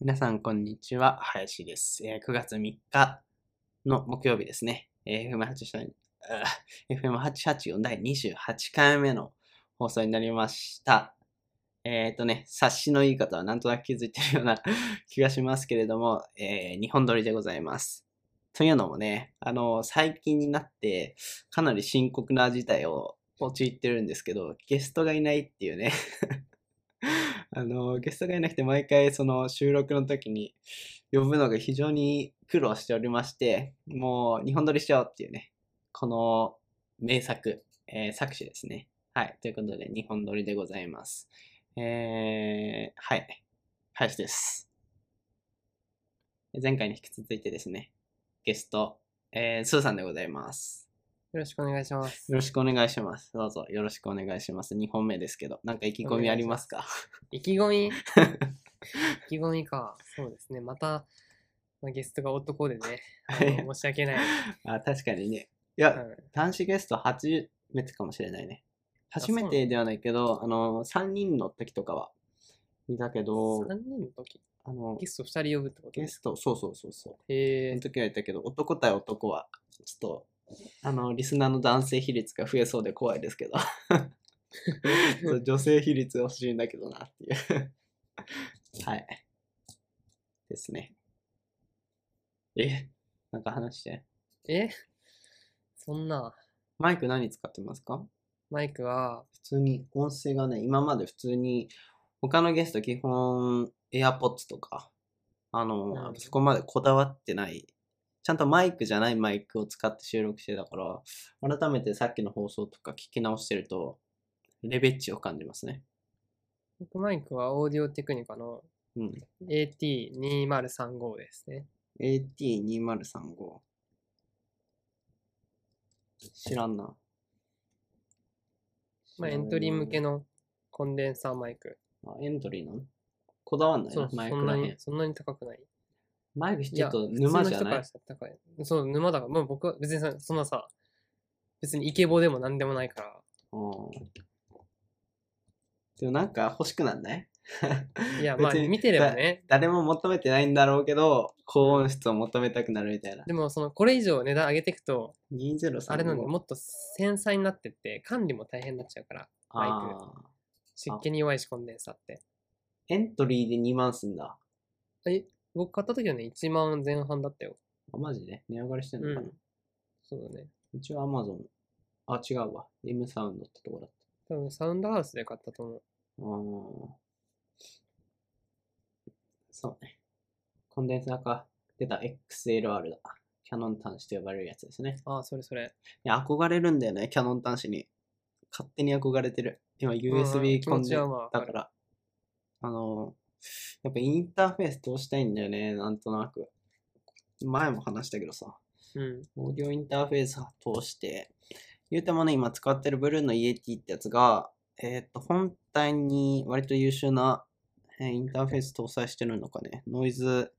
皆さん、こんにちは。林です。えー9月3日の木曜日ですね。えー FM88 あー FM884 第28回目の放送になりました。えっ、とね、冊子の言い方はなんとなく気づいてるような 気がしますけれども、え2本撮りでございます。というのもね、あの、最近になって、かなり深刻な事態を陥ってるんですけど、ゲストがいないっていうね。あの、ゲストがいなくて毎回その収録の時に呼ぶのが非常に苦労しておりまして、もう日本撮りしようっていうね、この名作、えー作詞ですね。はい。ということで、日本撮りでございます。えー、はい。林です。前回に引き続いてですね、ゲスト、えー、スーさんでございます。よろしくお願いします。よろしくお願いします。どうぞよろしくお願いします。2本目ですけど、なんか意気込みありますか意気 込み意気込みか。そうですね。また、まあ、ゲストが男でね、あの申し訳ない。あ確かにね。いうや、ん男子ゲスト初めてかもしれないね。初めてではないけど、あの、3人の時とかは、いたけど、 3人の時、あのゲ、スト2人呼ぶってことゲです。スト、そうそうそうそう。へそえの時はいたけど、男対男は、ちょっと、あの、リスナーの男性比率が増えそうで怖いですけど。 そう女性比率欲しいんだけどなっていう。 はい。ですね。え、なんか話して。え そんな、マイク何使ってますかマイクは、普通に、音声がね、今まで普通に、他のゲスト基本、AirPods とか、あなるのほ、どそこまでこだわってない、ちゃんとマイクじゃないマイクを使って収録してたから、改めてさっきの放送とか聞き直してると、レベッチを感じますね。僕マイクはオーディオテクニカのうん。 AT2035 ですね。 AT2035 知らんな。まあ、エントリー向けの。のコンデンサーマイク。あエントリーなのこだわんないそうな、そマイんクならへにん。そんなに高くない。マイクいちょやっと沼じゃ普通の人かならいしたら高い。そう、沼だから。まあ僕は別にさそんなさ、別にイケボでもなんでもないから。うんでもなんか欲しくなんないいや、まあ別に見てればね。誰も求めてないんだろうけど、高音質を求めたくなるみたいな。でも、その、これ以上値段上げていくと、 2035。あれなんで、もっと繊細になってって、管理も大変になっちゃうから、マイクあー湿気に弱いし、コンデンサーって。エントリーで2万すんだ。僕買った時はね、1万前半だったよ。あマジで値上がりしてんうのかな、ん。そうだね。うちは Amazon。あ、違うわ。M サウンドってとこだった。多分、サウンドハウスで買ったと思う。あーそうね。コンデンサーか。出た XLR だ。キャノン端子と呼ばれるやつですね。ああ、それそれ。いや、憧れるんだよね、キャノン端子に。勝手に憧れてる。今、USB 気コ持ンデちンはまあわかだるから。あのー、やっぱインターフェース通したいんだよね、なんとなく。前も話したけどさ。うん。オーディオインターフェースを通して、言うてもね、今使ってる Blue の EAT ってやつが、えーっと、本体に割と優秀な、えーインターフェース搭載してるのかね、ノイズ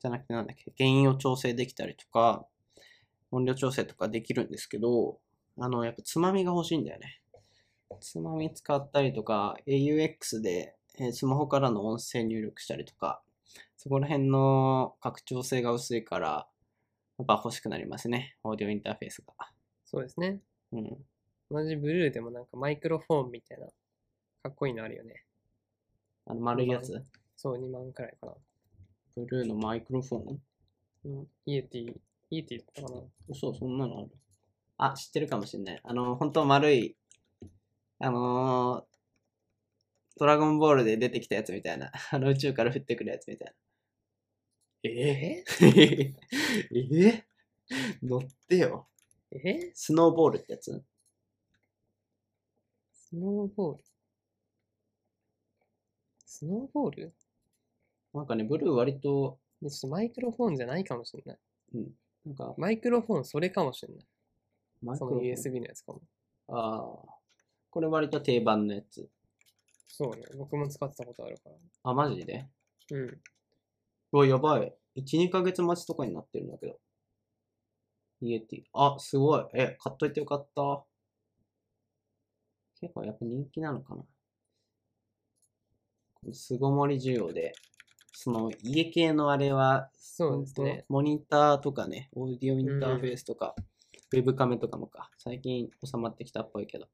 じゃなくてなんだっけ、原因を調整できたりとか、音量調整とかできるんですけど、あの、やっぱつまみが欲しいんだよね。つまみ使ったりとか、AUX で、えースマホからの音声入力したりとか、そこら辺の拡張性が薄いから、やっぱ欲しくなりますね。オーディオインターフェースが。そうですね。うん。同じブルーでもなんかマイクロフォンみたいな、かっこいいのあるよね。あの丸いやつ。そう、2万くらいかな。ブルーのマイクロフォンうん。イエティ、イエティだったかな。嘘、そんなのある。あ、知ってるかもしんない。あの、本当丸い、あのードラゴンボールで出てきたやつみたいな。あの宇宙から降ってくるやつみたいな。え ええ乗ってよ。えスノーボールってやつスノーボールスノーボールなんかね、ブルー割と、ねちょっとマイクロフォンじゃないかもしれない。なんか、マイクロフォンそれかもしれない。マイクそロフのォン。 USB のやつかも。ああ。これ割と定番のやつ。そうね。僕も使ってたことあるかあ、マジでら。うん。うわ、やばい。1、2ヶ月待ちとかになってるんだけど。イエティ。あ、すごい。え、買っといてよかった。結構やっぱ人気なのかな。この巣ごもり需要で、スその家系のあれは、そうですねほんとモニターとかね、オーディオインターフェースとか、ウェブカメとかもか、最近収まってきたっぽいけど、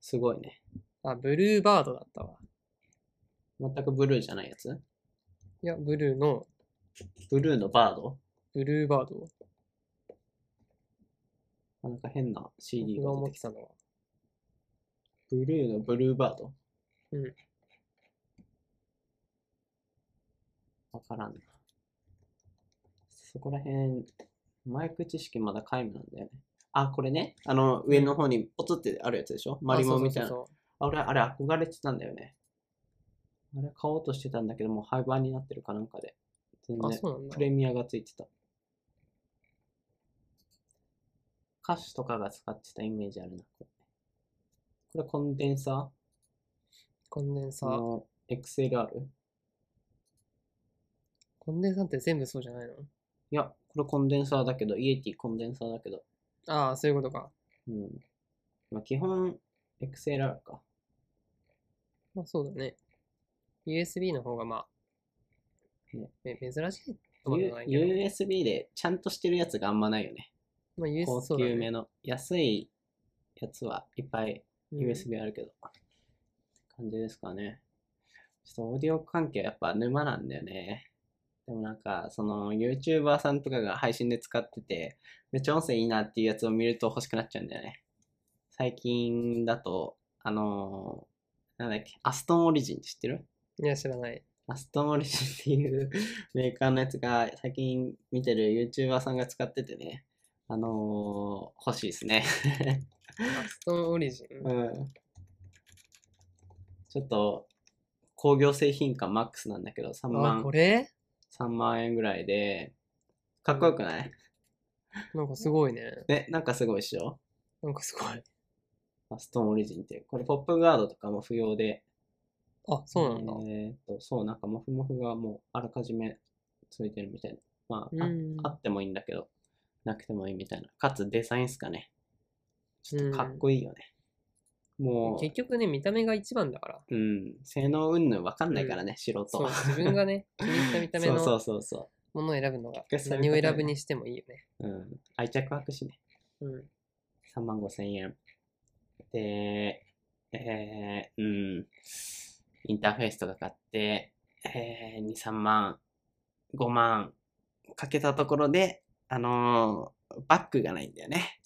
すごいね。あ、ブルーバードだったわ。全くブルーじゃないやついや、ブルーの、ブルーのバードブルーバード。あなんか変な CD 今が思出っててきた。たのは。ブルーのブルーバードうん。わからんな。そこら辺、マイク知識まだ皆無なんだよね。あ、これね、あの、上の方にポツってあるやつでしょマリモみたいあな。そうそうあ俺、あれ憧れてたんだよね。あれ買おうとしてたんだけど、もう廃盤になってるかなんかで。全そうそうあ、然そうなんだプ。レミアがついてた。歌手とかが使ってたイメージあるな、これ。これコンデンサーコンデンサそー。の XLR? いコンデンサーって全部そうじゃないのや、これコンデンサーだけど、イエティコンデンサーだけど。ああ、そういうことか。うん。まあ、基本、XLR か。まあそうだね。USB の方がまあ、ねめ珍しいとは言 U- わないけど、 USB でちゃんとしてるやつがあんまないよね。まあ US 高そうだ級めねの。安いやつはいっぱいうん USB あるけど、感じですかね。ちょっとオーディオ関係やっぱ沼なんだよね。でもなんか、その YouTuber さんとかが配信で使ってて、めっちゃ音声いいなっていうやつを見ると欲しくなっちゃうんだよね。最近だと、あのーなんだっけ、アストンオリジンって知ってるいや、知らない。アストンオリジンっていう メーカーのやつが最近見てる YouTuber さんが使っててね、あのー欲しいですね。アストンオリジン。うん。ちょっと工業製品感マックスなんだけど、3あ、万こ、れ3万円ぐらいで、かっこよくない、なんかすごいね。ね、なんかすごいっしょなんかすごい。アストンオリジンって。これポップガードとかも不要で、あ、そうなんだ。えーっと、そう、なんかモフモフがもうあらかじめついてるみたいな。まあ、あうんあってもいいんだけど、なくてもいいみたいな。かつデザインっすかね。ちょっとかっこいいよね。も結局ね、見た目が一番だ から。う、うん、性能云々わかんないからね、素そう、人。自分がね、気に入った見た目そうそのうそうそものを選ぶのが結局、そういうことだ何よをね選ぶにしてもいいよね。う。うん、愛着湧くしね。うん。 3万5千円。で、えー、うん、インターフェースとか買って、えー、2、3万、5万かけたところで、あのーバックがないんだよね。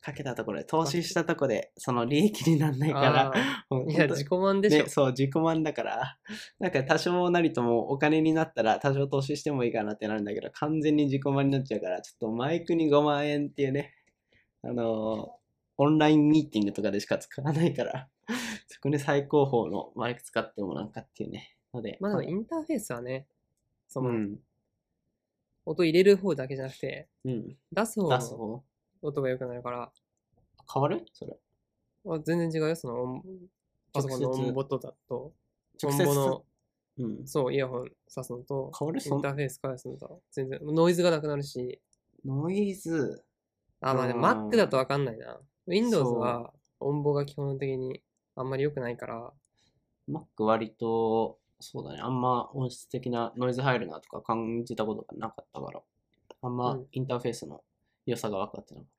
かけたところで、投資したところで、その利益にならないからあ、あほんー、いや、ほんと自己満でしょね。そう、自己満だから、 なんか多少なりともお金になったら多少投資してもいいかなってなるんだけど、完全に自己満になっちゃうから、ちょっとマイクに5万円っていうね、あのーオンラインミーティングとかでしか使わないから、 そこに最高峰のマイク使ってもらうかっていうね。ので、まあでもインターフェースはね、その、うん、音入れる方だけじゃなくて、うん、出す方出すの方音が良くなるから、変わるそれ。あ全然違うよ、その音、パソコンの直接音ボットだと、直音接ボの、うん。そう、イヤホン挿すのと、変わるイそンんターフェースからすると、全然、ノイズがなくなるし、ノイズ。あ、まあでもあー Mac だとわかんないな。Windows は音棒が基本的にあんまり良くないから、 Mac 割と、そうだね、あんま音質的なノイズ入るなとか感じたことがなかったから、あんまうんインターフェースの良さが分かってなかっ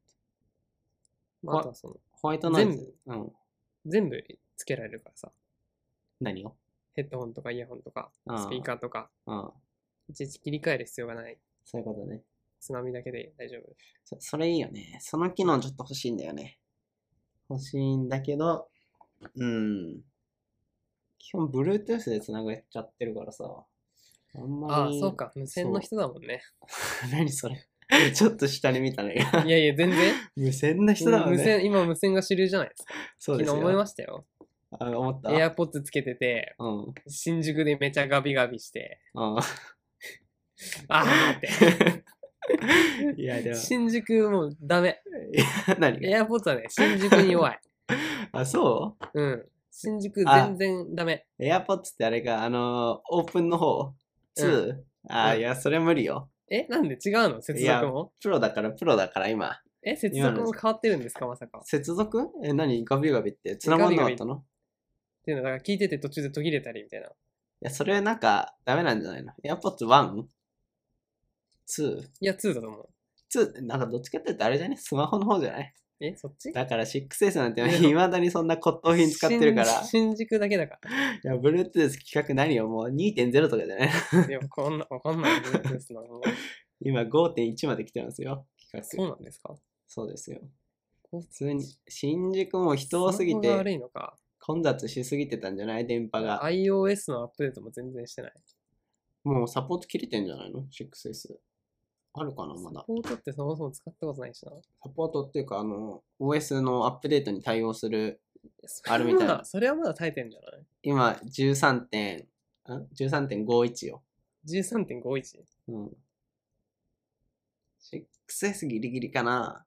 まあ、あとはその、た。ホワイトノイ全ズ、うん、全部つけられるからさ、何をヘッドホンとかイヤホンとか、あースピーカーとか、うん、いちいち切り替える必要がない。そういうことねつまみだけで大丈夫。そ。それいいよね。その機能ちょっと欲しいんだよね。欲しいんだけど、うん。基本 Bluetooth でつなげちゃってるからさ、あんまり。ああ、そう。か。無線のそう人だもんね。 何それ。ちょっと下に見た ね。いやいや、全然。無線な 人だもんね。無線、今無線が主流じゃないですか。そう昨で日すよ。思いましたよ。あ思った。エアポッツつけてて、うん。うん。新宿でめちゃガビガビして、 あーって。いや、でも、新宿もうダメ。いや何がエアポッツはね、新宿 に弱い。あ、そううん。新宿全然ダメ。 ?AirPods ってあれか、あのー、オープンの方 ?2?、あ、うんいや、それ無理よ。え、なんで違うの接続もプロだから、プロだから、今。え、接今続のも変わってるんですかまさか。っ接続え、何ガビガビって、繋がんなかったのていうの、だから聞いてて途中で途切れたりみたいな。や、それなんかダメなんじゃないの ?AirPods 1?2?2? いや、2だと思う。なんかどっちかって言うとあれじゃねスマホの方じゃないえ、そっちだから 6S なんていまだにそんな骨董品使ってるから。新新宿だけだかいや、Bluetooth 企画何よもう2.0とかじゃないら。いや、こんな、わかんない。Bluetooth のもう今5.1まで来てますよ。企そう画。なんですかそうですよ。普普通に新宿も人多すぎて悪いのか。混雑しすぎてたんじゃない電波が。 iOS のアップデートも全然してない。もうサポート切れてんじゃないの ?6S。あるかなまサだ。ポートってそもそも使ったことないしな。サポートっていうか、あの、OS のアップデートに対応する、あるみそたいれはまなだそれはまだ耐えてんじゃない今13点、あ ?13.51 よ。 ?13.51。うん。6S ギリギリかな。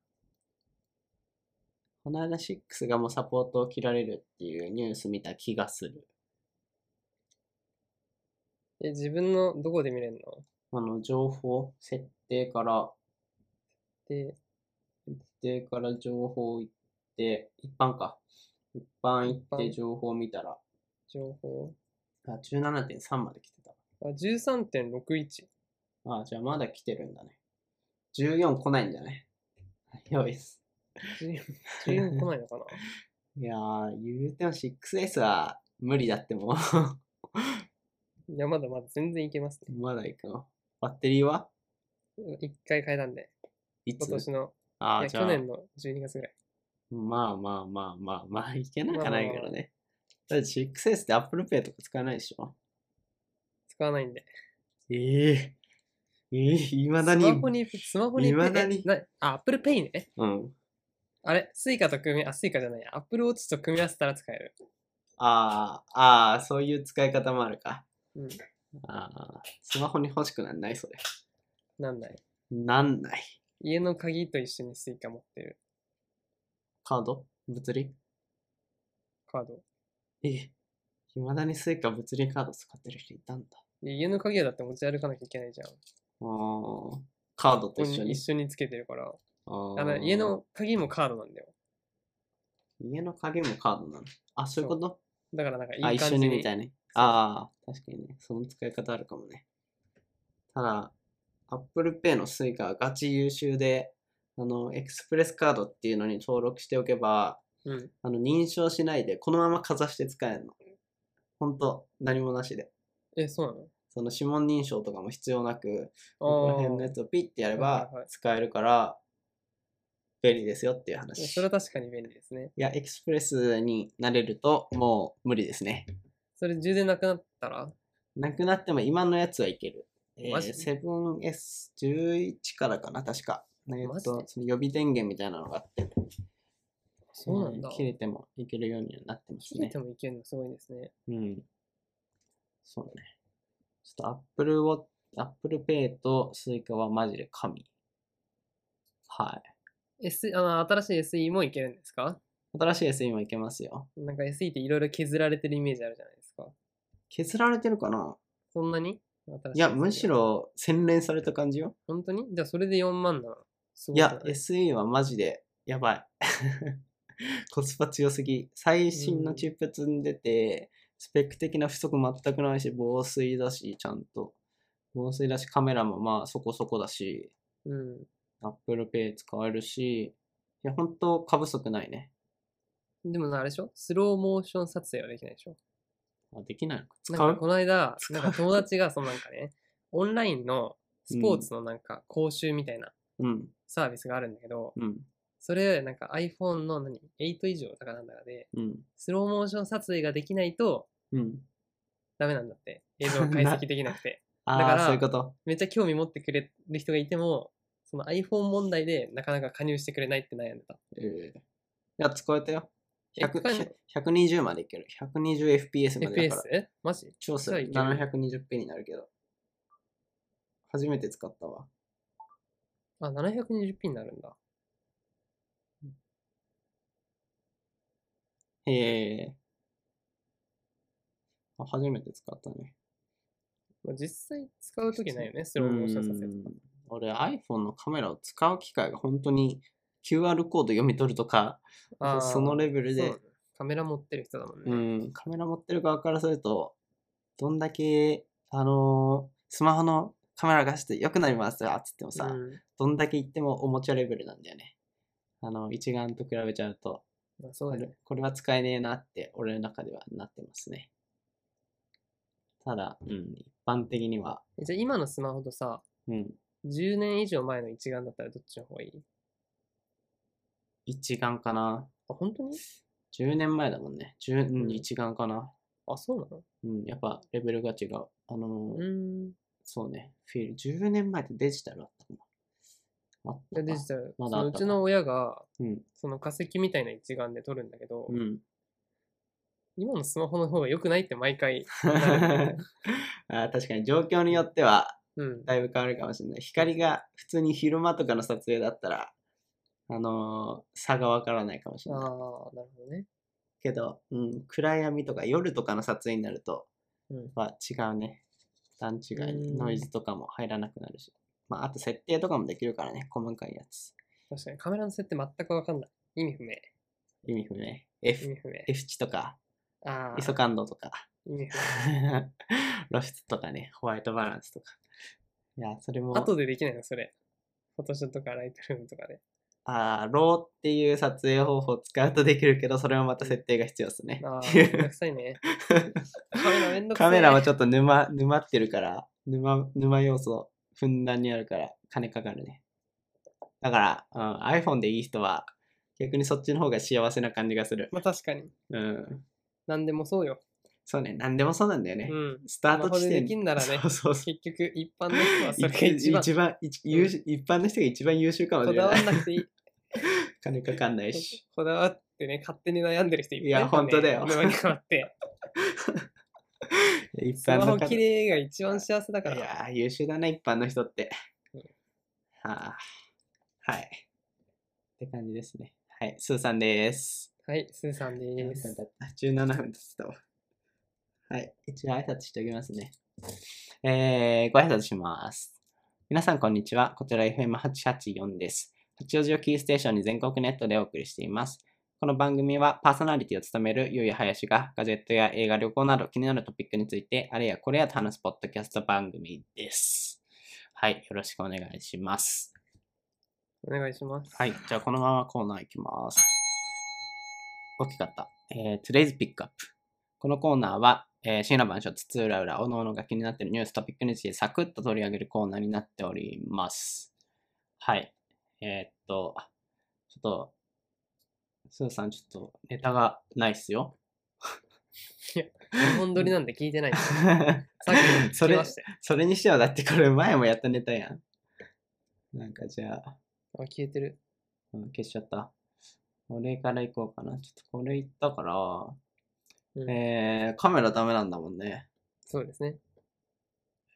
この間6がもうサポートを切られるっていうニュース見た気がする。え、自分のどこで見れるのあの、情報、設定から、で、設定から情報行って、一般か。一般行っ一て般情報見たら、情報。あ、17.3まで来てた。あ、13.61。あ、じゃあまだ来てるんだね。14来ないんじゃない よいです。 14来ないのか ないやー、言うても 6S は無理だってもう。 いや、まだまだ全然いけますね。まだ行くの。バッテリーは一回変えたんで、いつ今年の、あいー、やじゃ去あ、年の12月ぐらい。まあまあまあまあまあ、いけなくはまあまなあいまあからね。だって 6S って Apple Pay とか使わないでしょ使わないんで。ええええいまだスに。マホに、スマホに、未だにえなあ、Apple Pay ね。うん。あれ、スイカと組み、あ、スイカじゃない、Apple Watch と組み合わせたら使える。あー、あー、そういう使い方もあるか。うん。あー、スマホに欲しくなんないそれ。なんない。なんない。家の鍵と一緒にスイカ持ってるカード物理カード。ええ。いまだにスイカ物理カード使ってる人いたんだ。いや家の鍵はだって持ち歩かなきゃいけないじゃん。こあーカードとこ一緒にに一。緒につけてるから。あーあの家の鍵もカードなんだよ。家の鍵もカードなの。あ、そういうことだからなんかいいあ、感一緒じにに。みたいね。ああ、確かにね。その使い方あるかもね。ただ、Apple Pay の Suica はガチ優秀で、あの、エクスプレスカードっていうのに登録しておけば、うん。あの、認証しないで、このままかざして使えるの。ほんと、何もなしで。え、そうその指紋認証とかも必要なく、なこの辺ののああやつをピッてやれはいばはいはい使えるから、便利ですよっていういや。話。それは確かに便利ですね。いや、エクスプレスになれるともう無理ですね。それ充電なくなったらなくなっても今のやつはいける。えマジー、7S11 からかな、確か。えーマっジでと、その予備電源みたいなのがあって、そうなんだ。えー切れてもいけるようにはなってます切れねて。もいけるのすごいですね。うん。そうね。ちょっと Apple Watch、Apple Pay と Suica はマジで神。はい。 S、あの、新しい SE もいけるんですか新しい SE もいけますよ。なんか SE っていろいろ削られてるイメージあるじゃないですか。削られてるかなそんなにいや、むし。新し SE ろ洗練された感じよ。本当にじゃあそれで4万なのすごいくなや、SE はマジでやばい。 コスパ強すぎ。最新のチップ積んでて、スペック的な不足全くないし、防水だし、ちゃんと。防水だし、カメラもまあそこそこだし、うん。 Apple Pay 使えるし、いや、本当過不足ないね。でもなあれでしょスローモーション撮影はできないでしょあできないのか。使なんかうこの間、使うなんか友達がそのなんかね、オンラインのスポーツのなんか講習みたいなうん、サービスがあるんだけど、うん、それなんか iPhone の何 ?8 以上だかなんだかで、うん、スローモーション撮影ができないとうん。ダメなんだって。映像解析できな くて。だあかあ、らそういうこと。めっちゃ興味持ってくれる人がいても、その iPhone 問題でなかなか加入してくれないって悩んでた。えーいや、使えたよ。え使えんの100 120までいける。120fps までだ FPS? から。マジ超すじる。ゃあいけ 720p になるけど。初めて使ったわ。あ、720p になるんだ。へえ。あ初めて使ったね。まあ、実際使うときないよね、スローモーション撮影とか。うん俺 iPhone のカメラを使う機会が本当に QR コード読み取るとか、あーそのレベルそうでだね、カメラ持ってる人だもんね。うん、カメラ持ってる側からすると、どんだけ、あのースマホのカメラ画質良くなりますとかっつってもさ、うんどんだけ言ってもおもちゃレベルなんだよね。あの、一眼と比べちゃうと、まあ、そうこだれね。これは使えねえなって、俺の中ではなってますね。ただ、うん、一般的には、えじゃあ今のスマホとさ、うん、 10年以上前の一眼だったらどっちの方がいい一眼かな。あ、本当に10年前だもんね。10、う、うんん一眼かな。あ、そうなのうん、やっぱレベルが違う。あのー、うーん。そうね、フィール、10年前ってデジタルだったもん。あっいやたデかジタル。まそだあのっうたちの親が、うん、その化石みたいな一眼で撮るんだけど、うん。今のスマホの方が良くないって毎回な る。 あー確かに状況によってはうん。だいぶ変わるかもしれない。光が普通に昼間とかの撮影だったら、あのー差がわからないかもしあれあ、なないるほどね。けど、うん、暗闇とか夜とかの撮影になると、うん。まあ、違うね。段違いにうんノイズとかも入らなくなるし。まあ、あと設定とかもできるからね、細かいやつ。確かにカメラの設定全くわかんない。意味不明。意味不明。意 F、味不明。 F 値とか、ああ、 ISO 感度とか、 意味不明。露出とかね、ホワイトバランスとか。いや、それも。後でできないの、それ。フォトショットかライトルームとかで。ああ、ローっていう撮影方法を使うとできるけど、それもまた設定が必要ですね。ああ、 めんどくさいね。カメラめんどくさい。カメラはちょっと沼、沼ってるから、沼、沼要素、ふんだんにあるから、金かかるね。だから、うん、iPhone でいい人は、逆にそっちの方が幸せな感じがする。まあ確かに。うん。何でもそうよ。そうね、なんでもそうなんだよね。うん。スタート地スマホで点。できんならねそうそうそう。結局、一般の人はそれが一一番。番、一優秀一般の人が一番優秀かもしこれだなわいん。な くていい。金かかんないし。こだわってね、勝手に悩んでる人いっぱいいやるからね本当だよ沼に変 わって。一ス般マのホ方綺麗が一番幸せだから。いやー、優秀だな、一般の人ってうん。はあ、はい。って感じですね。はい、スーさんです。 はい、スーさんで何ー分す経。った17分経ったわ。はい、一応挨拶しておきますね。えー、ご挨拶します。皆さん、こんにちは。こちら FM884 です。八王子をキーステーションに全国ネットでお送りしています。この番組はパーソナリティを務めるゆうやはやしがガジェットや映画、旅行など気になるトピックについてあれやこれやと話すポッドキャスト番組です。はい、よろしくお願いします。お願い します。はい、じゃあこのままコーナーいきます。大きかった。えー、Today's Pickup。このコーナーは、えー、新羅万象、津々浦々、おのおのが気になっているニューストピックについてサクッと取り上げるコーナーになっております。はい。えーっと、ちょっと、すーさん、ちょっとネタがないっすよ。 2本撮りなんで聞いてないんですよ。さっきそも聞きれましたよ。それにしては、だってこれ前もやったネタやん。なんかじゃあ、あ、消えてる。うん、消しちゃった。これから行こうかな。ちょっとこれ行ったから、うんえー、カメラダメなんだもんね。そうですね。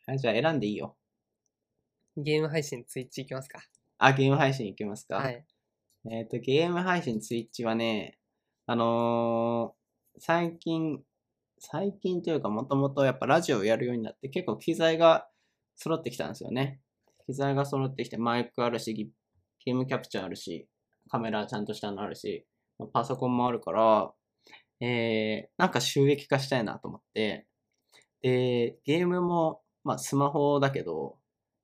あじゃあ選んでいいよ。ゲーム配信、ツイッチ行きますか。あ、ゲーム配信行きますか。はい。えっ、と、ゲーム配信、ツイッチはね、あのー最近、最近というか、もともとやっぱラジオをやるようになって、結構機材が揃ってきたんですよね。機材が揃ってきて、マイクあるし、ゲゲームキャプチャーあるし、カメラちゃんとしたのあるし、まあパソコンもあるから、えー、なんか収益化したいなと思って、で、ゲームも、まあスマホだけど、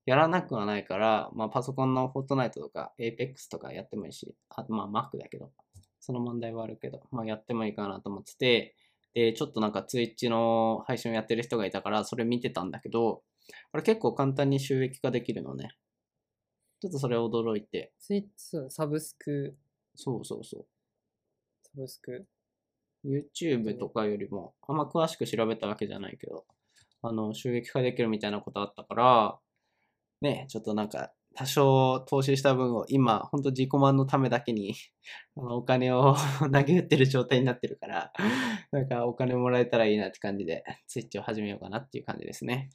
やらなくはないから、まあ、パソコンのフォートナイトとか、APEX とかやってもいいし、あとまあ、Mac だけど、その問題はあるけど、まあ、やってもいいかなと思ってて、で、ちょっとなんか Twitch の配信をやってる人がいたから、それ見てたんだけど、あれ結構簡単に収益化できるのね。ちょっとそれ驚いて、ツイッチ、そうサブスク、そうそうそサブスク。う。YouTube とかよりも、あんま詳しく調べたわけじゃないけど、あの、収益化できるみたいなことあったから、ね、ちょっとなんか、多少投資した分を今、ほんと自己満のためだけに、 あのお金を 投げ打ってる状態になってるから、なんかお金もらえたらいいなって感じで、ツイッチを始めようかなっていう感じですね。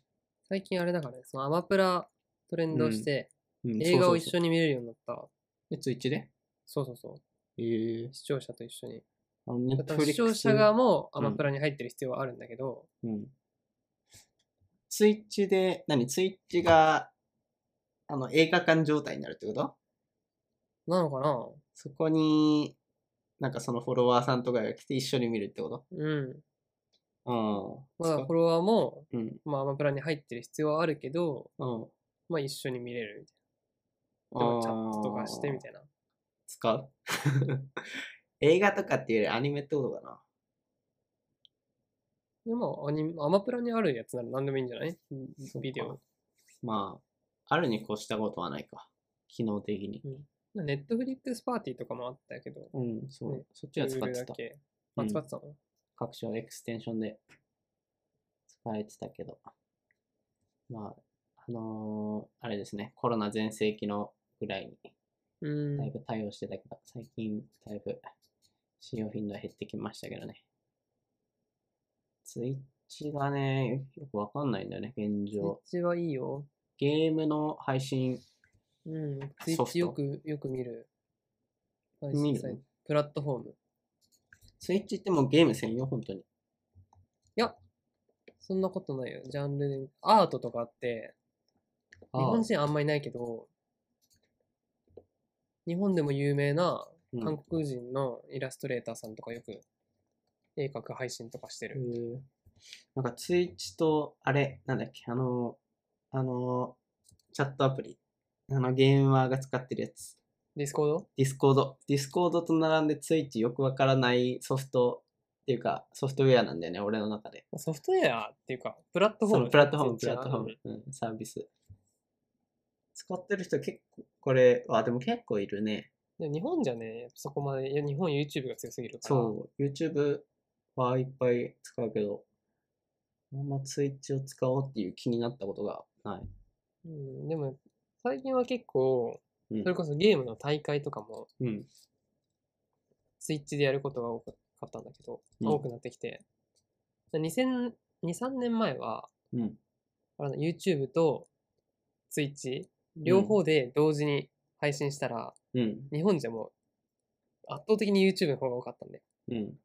最近あれだからね、そのアマプラと連動して、うん、映画を一緒に。に見れるようになった。えツイッチでそうそうそう。ええ視聴者と一緒に。あのネだから視聴者側もアんマプラに入ってる必要はあるんだけど、うん。ツイッチで、何ツイッチが、あの、映画館状態になるってことなのかなそこに、なんかそのフォロワーさんとかが来て一緒に見るってことうん。うん。まだフォロワーも、うん。まあ、アマプラに入ってる必要はあるけど、うん。まあ、一緒に見れるみたいな。でもチャットとかしてみいな。たいな。使う 映画とかっていうよりアニメってことかな。でも、アニメアマプラにあるやつなら何でもいいんじゃないそうかビデオ。まあ、あるに越したことはないか。機能的に。ネットフリックスパーティーとかもあったけど、うん、そう。ねそっちは使っルーてルだた。け。あ、うん使ってたの、拡張エクステンションで使えてたけど。まあ、あのーあれですね、コロナ全盛期のぐらいにうん、だいぶ対応してたけど、最近だいぶ使用頻度は減ってきましたけどね。ツイッチがね、よくわかんないんだよね、現スイッ状。チはいいよ。ゲームの配信うん。スイソフトッチよく、よく見る。配見信るサイトプラットフォーム。スイッチってもうゲーム専用、本当に。そんなことないよ。ジャンルで。アートとかあって、日本人あんまりないけど、日本でも有名なうん韓国人のイラストレーターさんとかよく絵描く配信とかしてる。へえなんかツイッチと、あれ、なんだっけ、あの、あの、チャットアプリ。あの、ゲーマーが使ってるやつ。ディスコードディスコード。ディスコードと並んでツイッチよくわからないソフトっていうか、ソフトウェアなんだよね、俺の中で。ソフトウェアっていうか、プラットフォそーのム。プラットフォーム、プツイッラチッはトフォーム、うん、サービス。使ってる人結構、これは、でも結構いるね。うんで日本じゃね、そこまで、いや日本 YouTube が強すぎるから。そう、YouTube はいっぱい使うけど、あんまツイッチを使おうっていう気になったことがない。うん、でも、最近は結構、うんそれこそゲームの大会とかも、うん。スイッチでやることが多かったんだけど、うん多くなってきて、2000、2、3年前は、うん。あれだ YouTube と Twitch、両方で同時に配信したら、うん。日本じゃもう、圧倒的に YouTube の方が多かったんだよ。うん。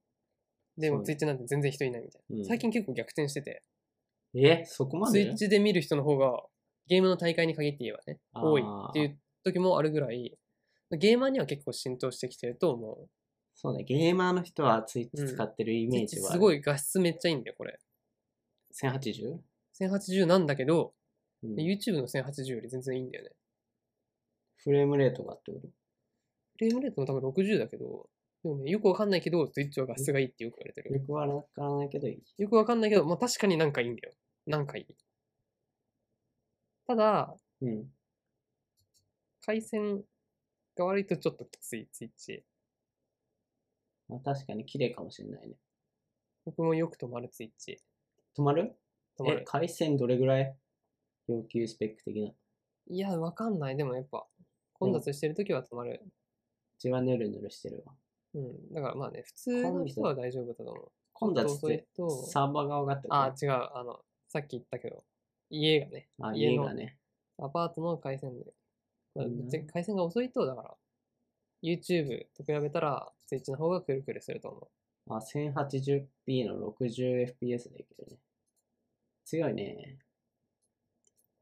でもそうね Twitch なんて全然人いないみたいな。うん最近結構逆転してて、え、そこまで Twitch で見る人の方が、ゲームの大会に限って言えばね、あー多いっていう時もあるぐらい、ゲーマーには結構浸透してきてると思う。そうね、ゲーマーの人はツイッチ使ってるイメー Twitch ジはあする、ごい画質めっちゃいいんだよ、これ。 1080? 1080なんだけど、うん、 YouTube の1080より全然いいんだよね。フレームレートがってことフレームレートも多分60だけど、でもね、よくわかんないけど、Twitch は画質がいいってよく言われてよる。くわからないけどいい。よくわかんないけど、まあ確かになんかいいんだよ。なんかいい。ただ、うん。回線が悪いとちょっときつい、Twitch。まあ、確かに綺麗かもしれないね。僕もよく止まる Twitch。止まる止まえ、る。回線どれぐらい要求スペック的な。ういや、わかんない。でもやっぱ、混雑してるときは止まる。ちはヌルヌルしてるわ。うん。だからまあね、普通の人は大丈夫だと思う。混雑っそれてと、サーバー側がってことあ、違う。あの、さっき言ったけど、家がね、あ、家家のがね。アパートの回線で。まあうん別に回線が遅いと、だから、YouTube と比べたら、Twitch の方がくるくるすると思あ、1080p の 60fps でいけるね。強いね。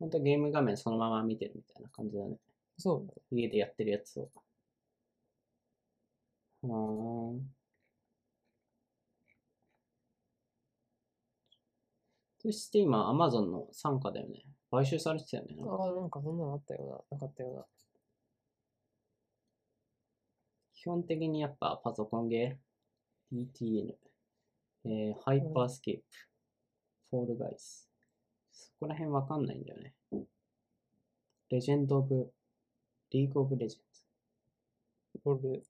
ほんとゲーム画面そのまま見てるみたいな感じだね。う。そうだね。家でやってるやつを。はーん。そして今、Amazon の傘下だよね。買収されてたよね。なんかああ、なんかそんなのあったような、なかったような。基本的にやっぱパソコンゲー、DTN、えー、ハイパースケープ、フォールガイズ。そこら辺わかんないんだよね。レジェンド・オブ、リーグ・オブ・レジェンロール。ド。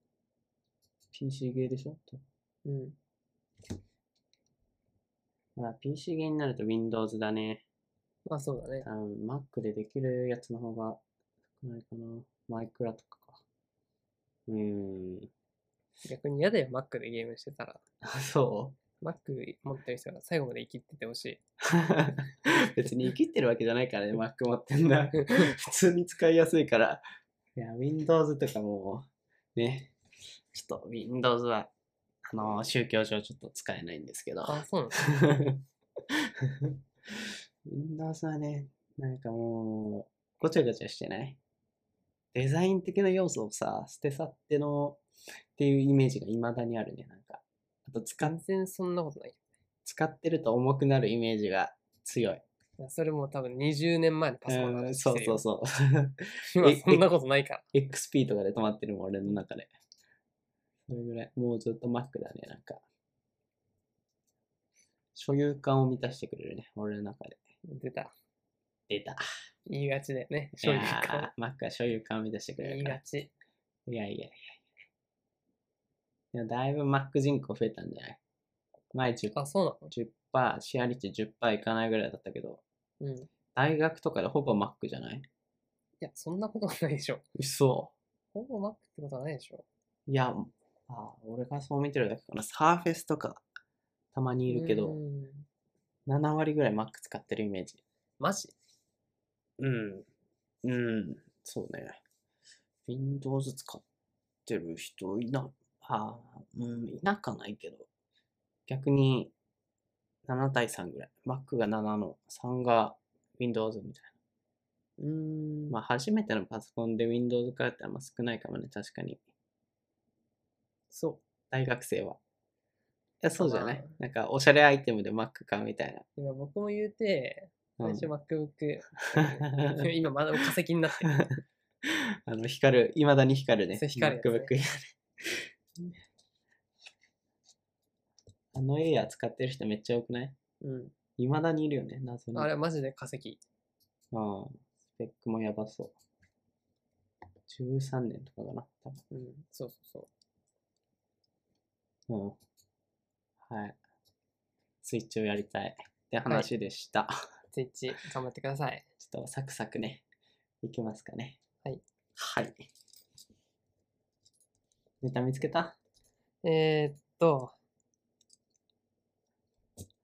PC ゲーでしょうん。まあ、PC ゲーになると Windows だね。まあそうだね多。分 Mac でできるやつの方が少ないかな。マイクラとかか。うーん。逆に嫌だよ、Mac でゲームしてたら。あ、そう Mac 持ってる人は最後まで生きててほし い。別に生きってるわけじゃないからね、Mac 持ってんだ。 普通に使いやすいから。いや、Windows とかもう、ね、ちょっと Windows は、あの、宗教上ちょっと使えないんですけど。あ、そうなの Windows はね、なんかもう、ごちゃごちゃしてないデザイン的な要素をさ、捨て去っての、っていうイメージが未だにあるね、なんか。あと使っ全然そんなことない。使ってると重くなるイメージが強い。いやそれも多分20年前のパソコンのうん話そうそうそそう。 今そんなことないから。 XP とかで止まってるもん、俺の中で。それぐらい。もうずっと Mac だね、なんか。所有感を満たしてくれるね、俺の中で。出た。出た。言いがちだよね。い正直やー Mac は所有感を満たしてくれ言いるからが。ち。いやいやいやいや。でもだいぶ Mac 人口増えたんじゃない前 10%, あ、そう10%シェア率10%いかないぐらいだったけど、なのうん。い大学とかでほぼ Mac じゃないや、そんなことはないでしょ。嘘。ほぼ Mac ってことはないでしょ。いや、あ俺がそう見てるだけかな。サーフェスとか、たまにいるけうど、ん。 7割ぐらい Mac 使ってるイメージ。マジうん。うん。そうね。Windows 使ってる人いな、あーうん、いなかないけど、逆に7対3ぐらい。Mac が7の、3が Windows みたいな。うーん。まあ、初めてのパソコンで Windows 買うってあんま少ないかもね、確かに。そう。大学生は。いや、そうじゃないまあ。なんか、おしゃれアイテムで Mac 買うみたい今僕も言うて、な。う最ん初 MacBook、今まだ化石になってる。 あの、光る、いまだに光るね。そう光るやつね MacBook 光るあのエア使ってる人めっちゃ多くないうん。いまだにいるよね、謎に。あれ、マジで化石。うんスペックもやばそう。13年とかかな、多うん。そうそう分。うん。はい。スイッチをやりたい。って話でした。そう。ツイッチ、頑張ってください。ちょっとサクサクね、いきますかね。はい。はい。ネタ見つけたえー、っと。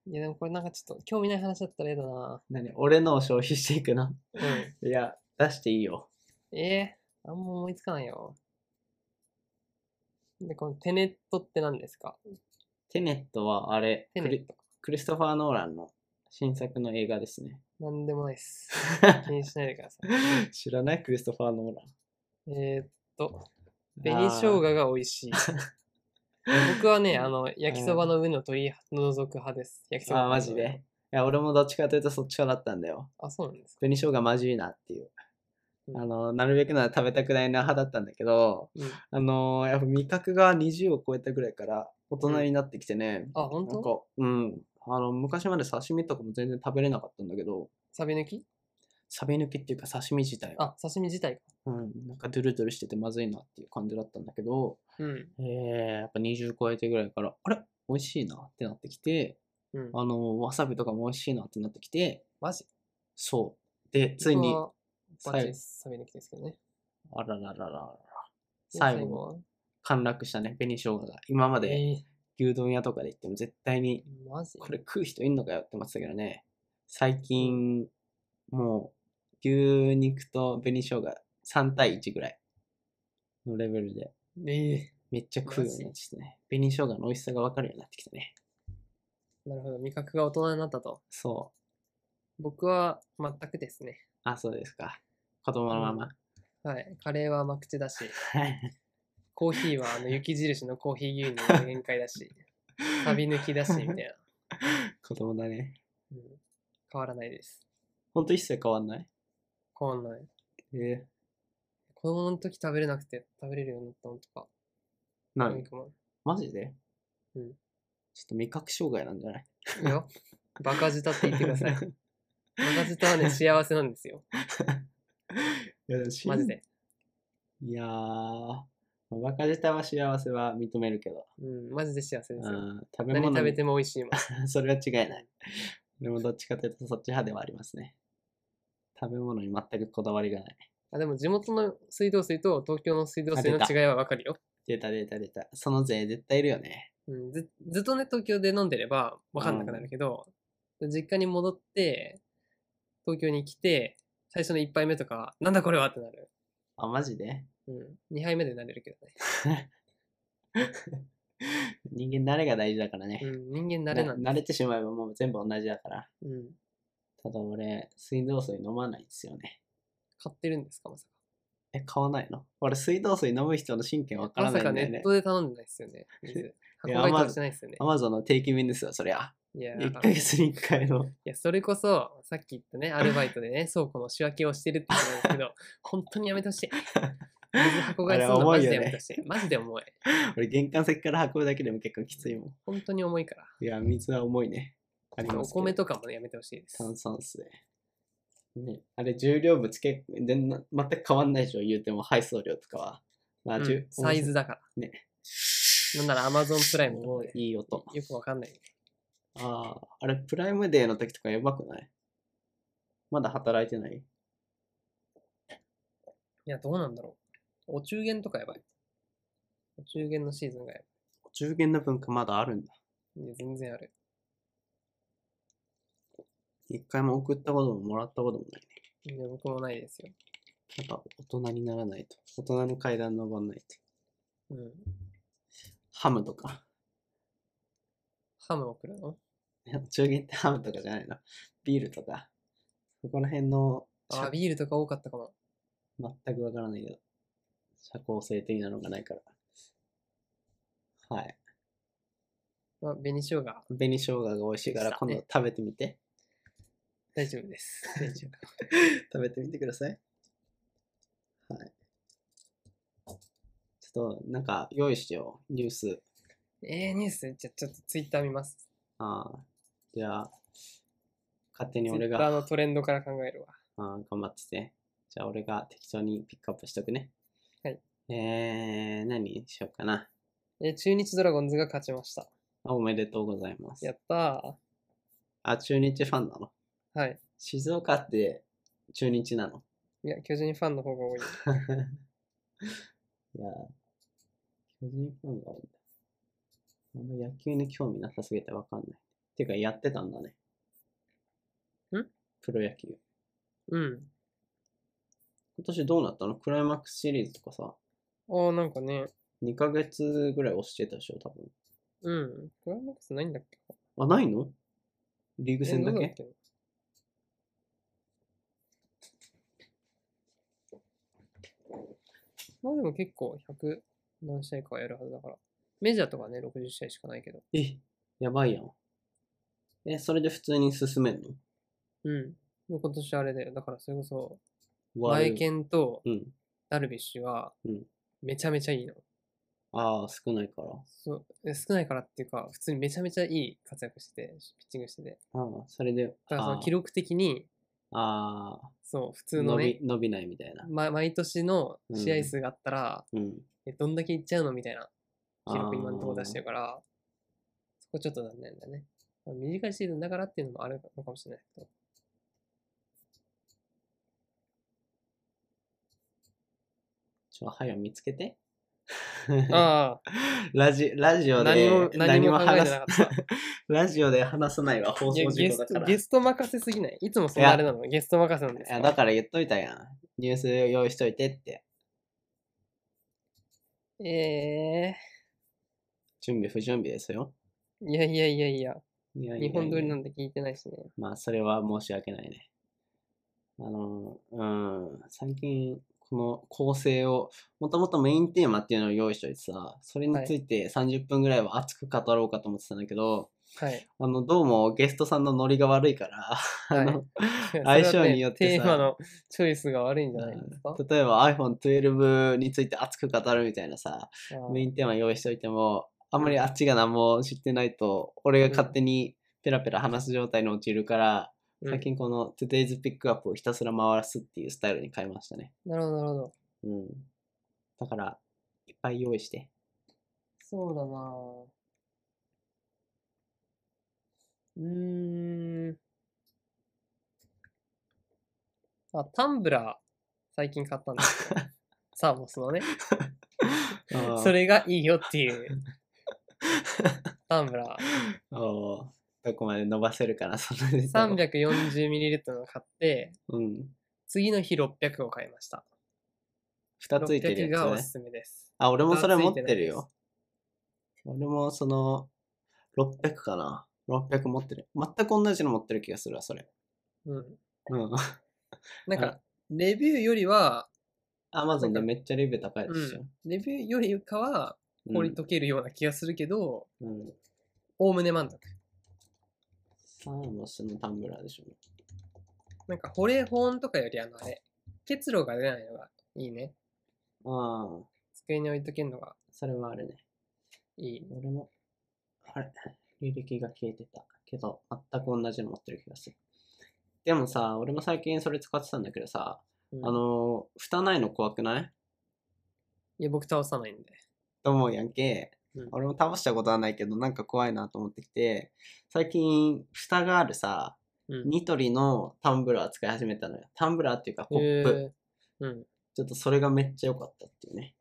いや、でもこれなんかちょっと興味ない話だったら嫌だな。何俺のを消費していくのうん。いや、出していいよ。えー、あんま思いつかないよ。で、このテネットって何ですかテネットはあれ、テクネリット。クリストファー・ノーランの新作の映画ですね。なんでもない っす。気にしないでください。知らないクリストファー・ノーラン。えー、っと、紅生姜が美味 しい。僕はね、あの、焼きそばの上の取り除く派です。焼きそばあーマジで。いや、俺もどっちかというとそっち派だったんだよ。あ、そうなんですか。紅生姜まじいなっていう。うんあの、なるべくなら食べたくないな派だったんだけど、うん、あのーやっぱ味覚が20を超えたぐらいから大人になってきてね、あ、本なん当か、うん。あの、昔まで刺身とかも全然食べれなかったんだけど、サビ抜きサビ抜きっていうか刺身自体は、あ、刺身自体か。うん、なんかドゥルドゥルしててまずいなっていう感じだったんだけど、うん。えー、やっぱ20超えてぐらいから、あれ美味しいなってなってきて、うん、あの、わさびとかも美味しいなってなってきて、マジそう。で、ついに僕、はバッ最チリサビ抜きですけどね。あらららららら最後もは。陥落したね、紅生姜が。今まえでー、牛丼屋とかで行っても絶対に、マジこれ食う人いんのかよって思ってたけどね、最近、もう、牛肉と紅生姜3対1ぐらいのレベルで、えめっちゃ食うようになってきたね。紅生姜の美味しさが分かるようになってきたね。ー、なるほど。味覚が大人になったと。そう。僕は全くですね。あ、そうですか。子供のま ま。はい。カレーは甘口 だし、はいコーヒーはあの雪印のコーヒー牛乳の限界だし、 サビ抜きだし、みたいな。子供だね。うん、変わらないです。ほんと一切変わんない変わんない。ええ子供の時食べれなくて食べれるようになったのとか、ななんにかもマジでうんちょっと味覚障害なんじゃないい いよ。バカ舌って言ってください。バカ舌はね、幸せなんで すよ。いやでもしんマジで。いやー、まあバカ舌は幸せは認めるけど、うん、マジで幸せですよ。うん、食べ何物食べに ても美味しいもん。それは違いない。でもどっちかというとそっち派ではありますね。食べ物に全くこだわりがない。あでも地元の水道水と東京の水道水のあ出た違いはわかるよ。出た出た出た。その税絶対いるよね。うん、ずずっとね、東京で飲んでればわかんなくなるけど、実家に戻って、東京に来て、最初の1杯目とか、なんだこれはってなる。あ、マジで うん、2杯目で慣れるけどね。人間慣れが大事だからね。うん、人間慣れなんなだ。慣れてしまえばもう全部同じだから。うん。ただ俺、水道水飲まないんですよね。買ってるんですか、まさか。え、買わないの俺、水道水飲む人の神経わからまなさいかんだネよね ッ。トで頼んでないですよね。水いや箱買いとまかしてないですよねア。マゾンの定期便ですよ、そりゃ。いやー、 1ヶ月に1回の。いや、それこそ、さっき言っ たね、アルバイトでね、倉庫の仕分けをしてるって言うんですけど、本当にやめて ほしい。水箱買いするあれの重マいジよでねやめてほしい。マジで重い。 俺、玄関先から運ぶだけでも結構きついもん。本当に重いから。いや、水は重いね。ありまおすけど米とかもね、やめてほしいです。炭酸水。ね、あれ、重量物けでな全く変わんないでしょ、言うても配送量とかは。まあ、うんじゅサイズだから。ね。なんなら Amazon プライムもねいい音。よくわかんない。ああ、あれ、プライムデーの時とかやばくないまだ働いてないいや、どうなんだろう。お中元とかやばい。お中元のシーズンがやお中元の文化まだあるんだ。ばい。いや全然ある。一回も送ったことももらったこともないね。いや、僕もないですよ。やっぱ大人にならないと。大人の階段登らないと。うん。ハムとか。ハム送るのねお中元ってハムとかじゃないの。ビールとか。そこら辺の社あ、ビールとか多かったかも。全くわからないけど、社交性的なのがないから。はい。まあ、紅生姜、紅生姜が美味しいからでし今たね度食べてみ て。大丈夫です。大丈夫。食べてみてください。はい。ちょっと、なんか、用意してよ、ニュース。 えー、ニュースじゃ、ちょっとツイッター見ます。ああ。じゃあ、勝手にツイ俺ッターが、のトレンドから考えるわ。あー頑張ってて。じゃあ、俺が適当にピックアップしとくね。はい。えー、何にしようかな。えー、中日ドラゴンズが勝ちました。あおめでとうございますや。ったあ、中日ファンなのー。はい。静岡って中日 なのいや、巨人ファンの方が 多い。いやー、巨人ファンが多いんだ。あんま野球に興味なさすぎてわかんない。てか、やってたんだね。んプロ野球。うん。今年どうなったのクライマックスシリーズとかさ、ああ、なんかね、 2ヶ月ぐらい押してたでしょ、多分。うん。クライマックスないんだっけあ、ないのリーグ戦だえどうけけまあでも結構100何試合かはやるはずだから。メジャーとかね、60試合しかないけど。え、やばいやん。え、それで普通に進めんのうん。で今年あれだよ。だからそれこそ、ワイ前剣とうん。ダルビッシュはうん、めちゃめちゃいいの。ああ、少ないから。そうえ少ないからっていうか、普通にめちゃめちゃいい活躍してて、ピッチングしてて。ああ、それで、だからそあの記録的に、ああ、そう、普通のね、伸び伸びないみたいな。ま、毎年の試合数があったら、うん。え、どんだけいっちゃうのみたいな記録今のところ出してる。るから、そこちょっと残念だね。まあ短いシーズンだからっていうのもあるのかもしれないけど。ちょ、早く見つけて。あ ラジラジあ、オ何でも、何も考え話てすなかった。ラジオで話さないは放いや送事ゲ故だスかト、ら。ゲスト任せすぎないいつもそんなあれなのゲスト任せなんですいやかだから言っといたやん。ニュース用意しといてって。え準備不準備ですよ。ー、いやいやいやいいや、やいやいや日本撮りなんて聞いてないしね。まあ、それは申し訳ないね。あの、うん、最近、この構成を、もともとメインテーマっていうのを用意しといてさ、それについて30分ぐらいは熱く語ろうかと思ってたんだけど、はい。あの、どうもゲストさんのノリが悪いから、いあの、それは相ね性によってテさーマのチョイスが悪いんじゃないですか 例えば iPhone12 について熱く語るみたいなさ、ああメインテーマ用意しておいても、あんまりあっちが何も知ってないと、俺が勝手にペラペラ話す状態に陥るから、うん最近この Today's Pickup をひたすら回すっていうスタイルに変えましたね。なるほど、なるほど。うん。だから、いっぱい用意して。そうだなぁ。うーん。あ、タンブラー、最近買ったんです よ。サーモスのね。ああそれがいいよっていう。 タンブラああどこまで伸ばせるかな、そのネー。タを 340ml の買って、うん。次の日600を買いました。 2ついてる600やがおつねす。すめです。あ、俺もそれ二つ持いっててないるよ。俺もその、600かな。600持ってる。全く同じの持ってる気がするわ、それ。うん。うん。なんあか、レビューよりは、アマゾンでめっちゃレビュー高いでうしょん。、レビューよりかは、うん氷溶けるような気がするけど、うんおおむね満足。ターモスのタンブラーでしょうね。なんか、保冷保温とかより、あの、あれ、結露が出ないのがいいね。ああ、机に置いとけるのがそれはあるね。いい。俺も、あれ、履歴が消えてたけど、全く同じの持ってる気がする。でもさ、俺も最近それ使ってたんだけどさ、うんあの、蓋ないの怖くないいや、僕倒さないんで。と思うやんけ。うん俺も倒したことはないけど、なんか怖いなと思ってきて、最近、蓋があるさ、うん。ニトリのタンブラー使い始めたのよ。タンブラーっていうかコップ。へーうん。ちょっとそれがめっちゃ良かったっていうね。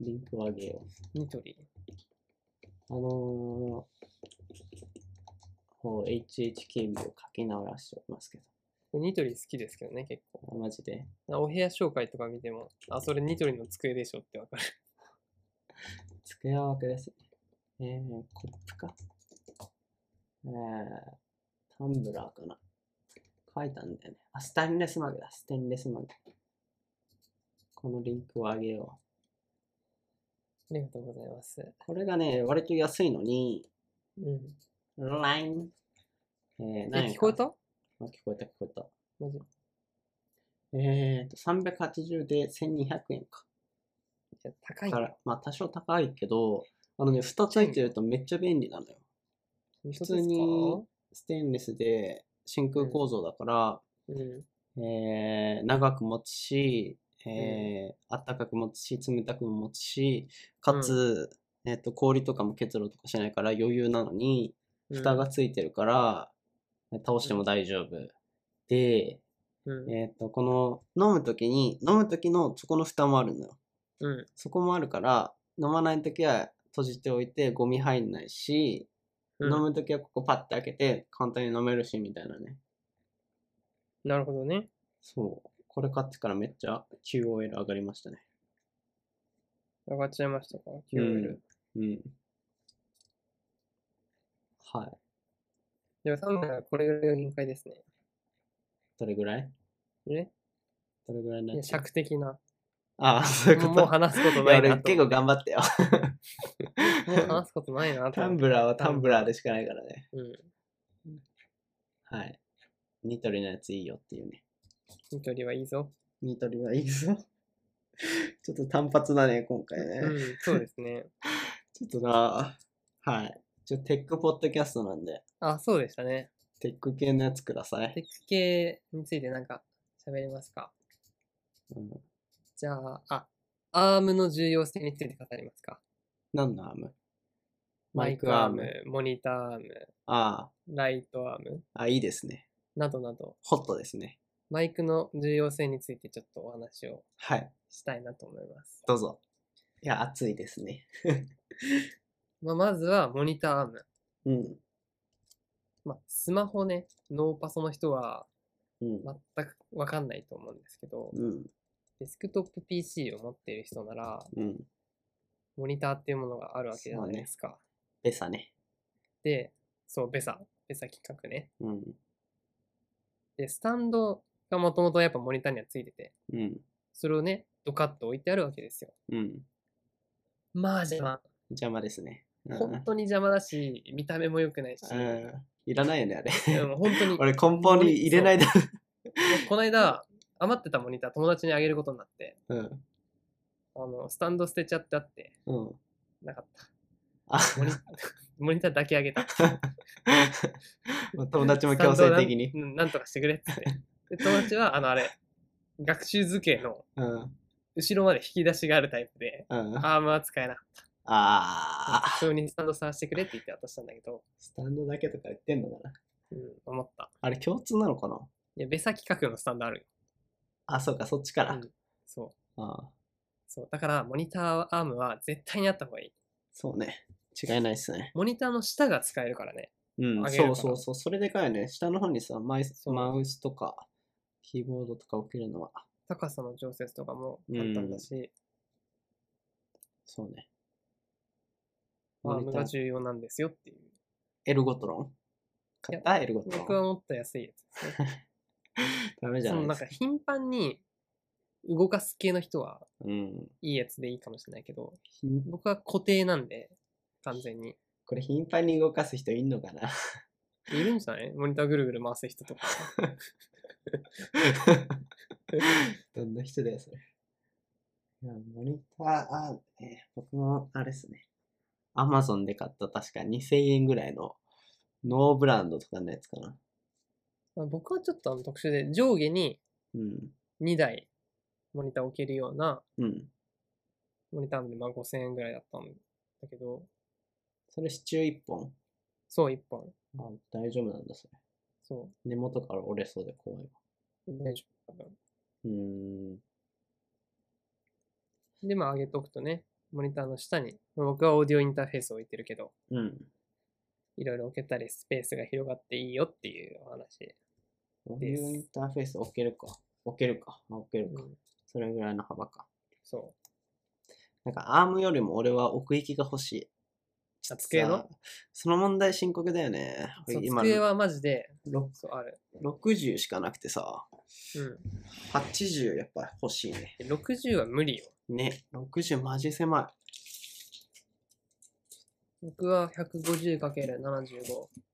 リンクをあげよニトリ。う。あのー、こう HH 警備をかけ直らしておりますけ僕ニトリ好きですけどね、結構。ど。マジで。お部屋紹介とか見ても、あ、それニトリの机でしょってわかる。机は枠ですね。えー、コップか。えー、タンブラーかな。書いたんだよね。あ、ステンレスマグだ。ステンレスマグ。このリンクをあげよう。ありがとうございます。これがね、割と安いのに、うん。ライン。えー、え、何円聞かこえたあ聞こえた聞こえた。マジえーと、380で1200円か。いや高だいかよ。ら、まあ多少高いけど、あのね、蓋ついてるとめっちゃ便利なのよ。普通にステンレスで真空構造だから、うん。えー長く持つし、えーあったかく持つし、冷たくも持つし、かつ、えっと、氷とかも結露とかしないから余裕なのに、蓋がついてるから、倒しても大丈夫。で、うん。うん。えっと、この、飲むときに、飲むときのそこの蓋もあるのよ。うん。そこもあるから、飲まないときは閉じておいてゴミ入んないし、うん飲むときはここパッて開けて簡単に飲めるし、みたいなね。なるほどね。そう。これ買ってからめっちゃ QOL 上がりましたね。上がっちゃいましたかうん ?QL。うん。はい。でも、サムはこれぐらいが限界ですね。どれぐらいねどれぐらいにないっやちゃう尺的な。ああ、そういうこもと。うもう話すこといやないな俺と。結構頑張ったよ。 もう話すことないなと。タンブラーはタンブラーでしかないからね。うん。はい。ニトリのやついいよっていうね。ニトリはいいぞ。ニトリはいいぞ。 ちょっと単発だね、今回ね。うん、そうですね。ちょっとな、はい。ちょ、テックポッドキャストなんで、あ、そうでしたね。テック系のやつください。テック系についてなんか喋れますかうん、じゃあ、あ、アームの重要性について語りますか何のアームマイクアーム。、モニターアーム、あライトアームあ、あ、いいですね。などなど、ホットですね。マイクの重要性についてちょっとお話をはい。したいなと思います。どうぞ。いや、暑いですね。まあ、まずはモニターアーム。うん。まあ、スマホね、ノーパソの人はうん。全くわかんないと思うんですけど、うん。デスクトップ PC を持っている人なら、うん。モニターっていうものがあるわけじゃないですか。ベサね。で、そう、ベサ、ベサ規格ね。うん。で、スタンドがもともとやっぱモニターにはついてて、うん。それをね、ドカッと置いてあるわけですよ。うん。まあ邪魔。邪魔ですね。うん本当に邪魔だし、見た目も良くないし、ううんん。いらないよね、あれ。 本当に、俺、梱包に入れないで。この間、余ってたモニター友達にあげることになって、うん。あの、スタンド捨てちゃってあって、うん。 なかった。あ、モニ モニターだけあげた。友達も強制的にス。タンドをなん なんとかしてくれっつって。で友達は、あの、あれ、学習机のうん。後ろまで引き出しがあるタイプで、うん。あアームは使えなかっあた。。普通にスタンド探してくれって言って渡したんだけど、スタンドだけとか言ってんのかなうん、思った。あれ共通なのかないや、ベサ規格のスタンドあるよ。あ、そうか、そっちから。うんそう。ああそう。だから、モニターアームは絶対にあった方がいい。そうね。違いないっすね。モニターの下が使えるからね。うん、あげるかそらうそうそう。それでかいよね。下の方にさ、マイスうマウスとか、キーボードとか置けるのは、高さの調節とかも簡単だし、そうね。アモーニムタがー。重要なんですよっていう。エルゴトロン買ったエルゴト僕ロはン。もっと安いやつですね。ダメじゃそなのいなでんすか。か頻繁に動かす系の人はうん。いいやつでいいかもしれないけど、ひん僕は固定なんで、完全に。 これ頻繁に動かす人いんのかないるんじゃないモニターぐるぐる回す人とか。どんな人だよ、それ。いや、モニター、あ、ね、僕も、あれですね。アマゾンで買った確か2000円ぐらいのノーブランドとかのやつかな。まあ僕はちょっとあの特殊で、上下にうん。 2台モニター置けるようなうん。モニターなんで、まあ5000円ぐらいだったんだけど、それ支柱1本そう、1本。あ、大丈夫なんだ、それ。そ根元から折れそうで怖いわ。う。大丈夫多分うーん。で、まあ上げとくとね、モニターの下に、僕はオーディオインターフェースを置いてるけど、うん。いろいろ置けたりスペースが広がっていいよっていうお話。オーディオインターフェース置けるか。置けるか。あ置けるうか。んそれぐらいの幅か。そなんかアームよりも俺は奥行きが欲しい。あ机のさあその問題深刻だよね。う。そう今机はマジで、ろそう、ある。 60しかなくてさ、うん。 80やっぱ欲しいね。で60は無理よ。ね、60マジ狭い。僕は 150×75。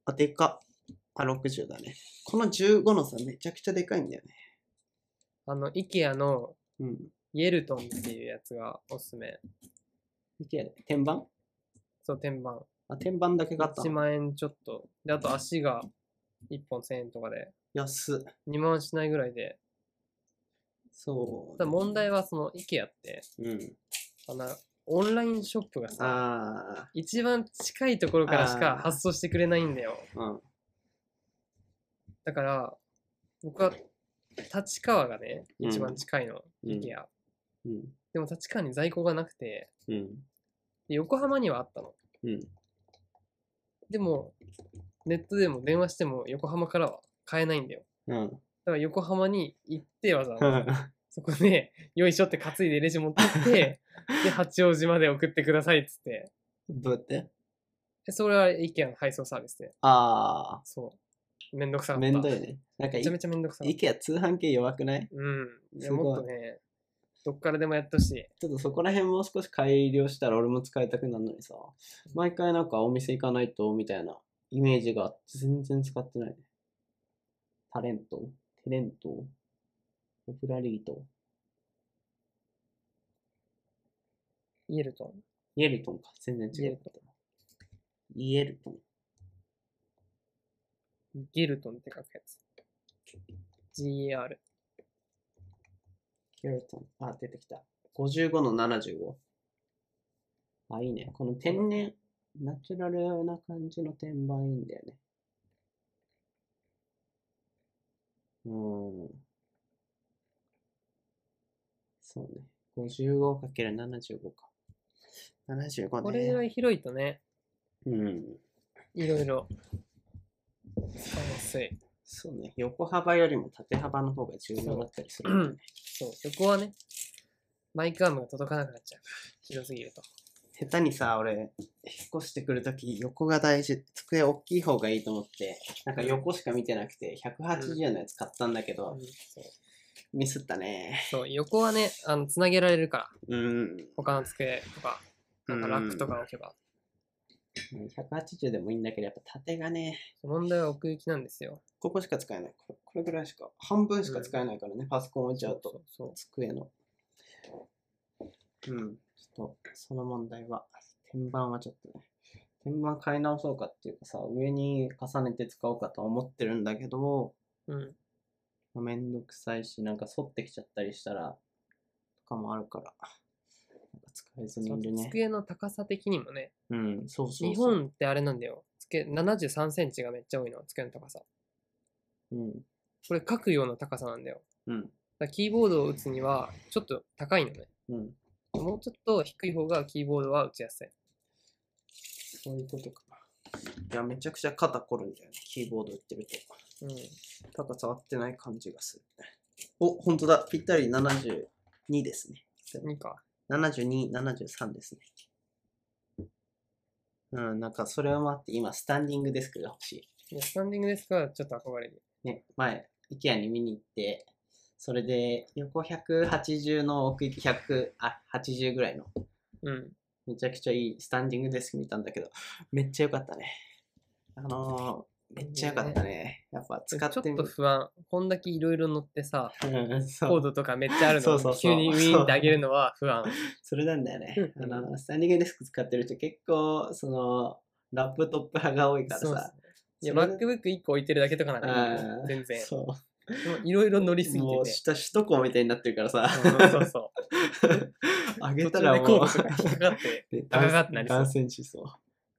あ、でかっ。あ、60だね。この15のさ、めちゃくちゃでかいんだよね。あの、IKEA のうん。イェルトンっていうやつがおすすめ。いける。天板そう、天板。あ、天板だけ買った1の。万円ちょっと。で、あと足が1本1000円とかで、安っ。 2万しないぐらいで。そう。ただ問題はその IKEA って、うん。あの、オンラインショップがさ、あ一番近いところからあしかー発送してくれないんだよ。ー。うん。だから、僕は立川がね、うん一番近いの、うん IKEA。うん。でも立川に在庫がなくて、うん。で横浜にはあったの。うん。でも、ネットでも電話しても横浜からは買えないんだよ。うん。だから横浜に行ってわざわうざ、ん。そこで、よいしょって担いでレジ持ってって、 で、八王子まで送ってくださいっつって。どうやってでそれは IKEA の配送サービスで。あそう。めんどくさあ、かった。めんどいね。なんかめいちゃめちゃめんどくさかった。 IKEA 通販系弱くないうん。いやすごいもっとね、どっからでもやってほしい。ちょっとそこら辺もう少し改良したら俺も使いたくなるのにさ、毎回なんかお店行かないとみたいなイメージがあって全然使ってないね。タレントテレントオブラリートイエルトン。イエルトンか。全然違った。イエルトン。ゲルトンって書くやつ。GER。イエルトン。あ、出てきた。55の75。あ、いいね。この天然、ナチュラルな感じの天板いいんだよね。うーん。そうね。55×75 か。75ね。これぐらい広いとね、うん。いろいろ使いやすい。そうね。横幅よりも縦幅の方が重要だったりするんだよね。そう、そこはね、マイクアームが届かなくなっちゃう。広すぎると。下手にさ、俺、引っ越してくるとき、横が大事、机大きい方がいいと思って、なんか横しか見てなくて、180のやつ買ったんだけど、うんそうミスったね。そう、横はね、あの、つなげられるかうら。ん。他の机とか、なんかラックとか置けば。 180でもいいんだけど、やっぱ縦がね、問題は奥行きなんですよ。ここしか使えない。これこれぐらいしか、半分しか使えないからね、パソコン置いちゃうそと、うそう机の。うん。ちょっと、その問題は、天板はちょっとね、天板買い直そうかっていうかさ、上に重ねて使おうかとは思ってるんだけど、そう。うん。まあめんどくさいし、なんか反ってきちゃったりしたら、とかもあるから、なんか使えずにいるそうね。机の高さ的にもね、うん、そうそうそう。日本ってあれなんだよ。机73センチがめっちゃ多いの、机の高さ。うん、これ書くような高さなんだよ。うん、だからキーボードを打つにはちょっと高いのね。うん。もうちょっと低い方がキーボードは打ちやすい。そういうことかな。いや、めちゃくちゃ肩凝るんだよね。キーボード打ってると。うん。高さ合ってない感じがする。お、本当だ。ぴったり72ですね。 2か。 72、73ですね。うん、なんかそれを待って、今、スタンディングデスクが欲しい。いや、スタンディングですからちょっと憧れる。ね、前、IKEA に見に行って、それで横180の奥行き100、あ、80ぐらいの、うん。めちゃくちゃいいスタンディングデスク見たんだけど、めっちゃ良かったね。あのめっちゃ良かったね。やっぱ使っちょてっみと不安。こんだけいろいろ乗ってさ、うんそコーう。ドとかめっちゃあるそのうそうにそう急にウィーンって上げるのは不安。それなんだよねう。んあの、スタンディングデスク使ってる人結構、その、ラップトップ派が多いからそうっさす。いや、それで MacBook1 個置いてるだけとかならいいようん全然。そう。でもいろいろ乗りすぎてもう、て。下、首都高みたいになってるからさ。うんそうそう。 上途げた中らでコもードう、とか引っかか って。でガガガってなりそう断線しそう。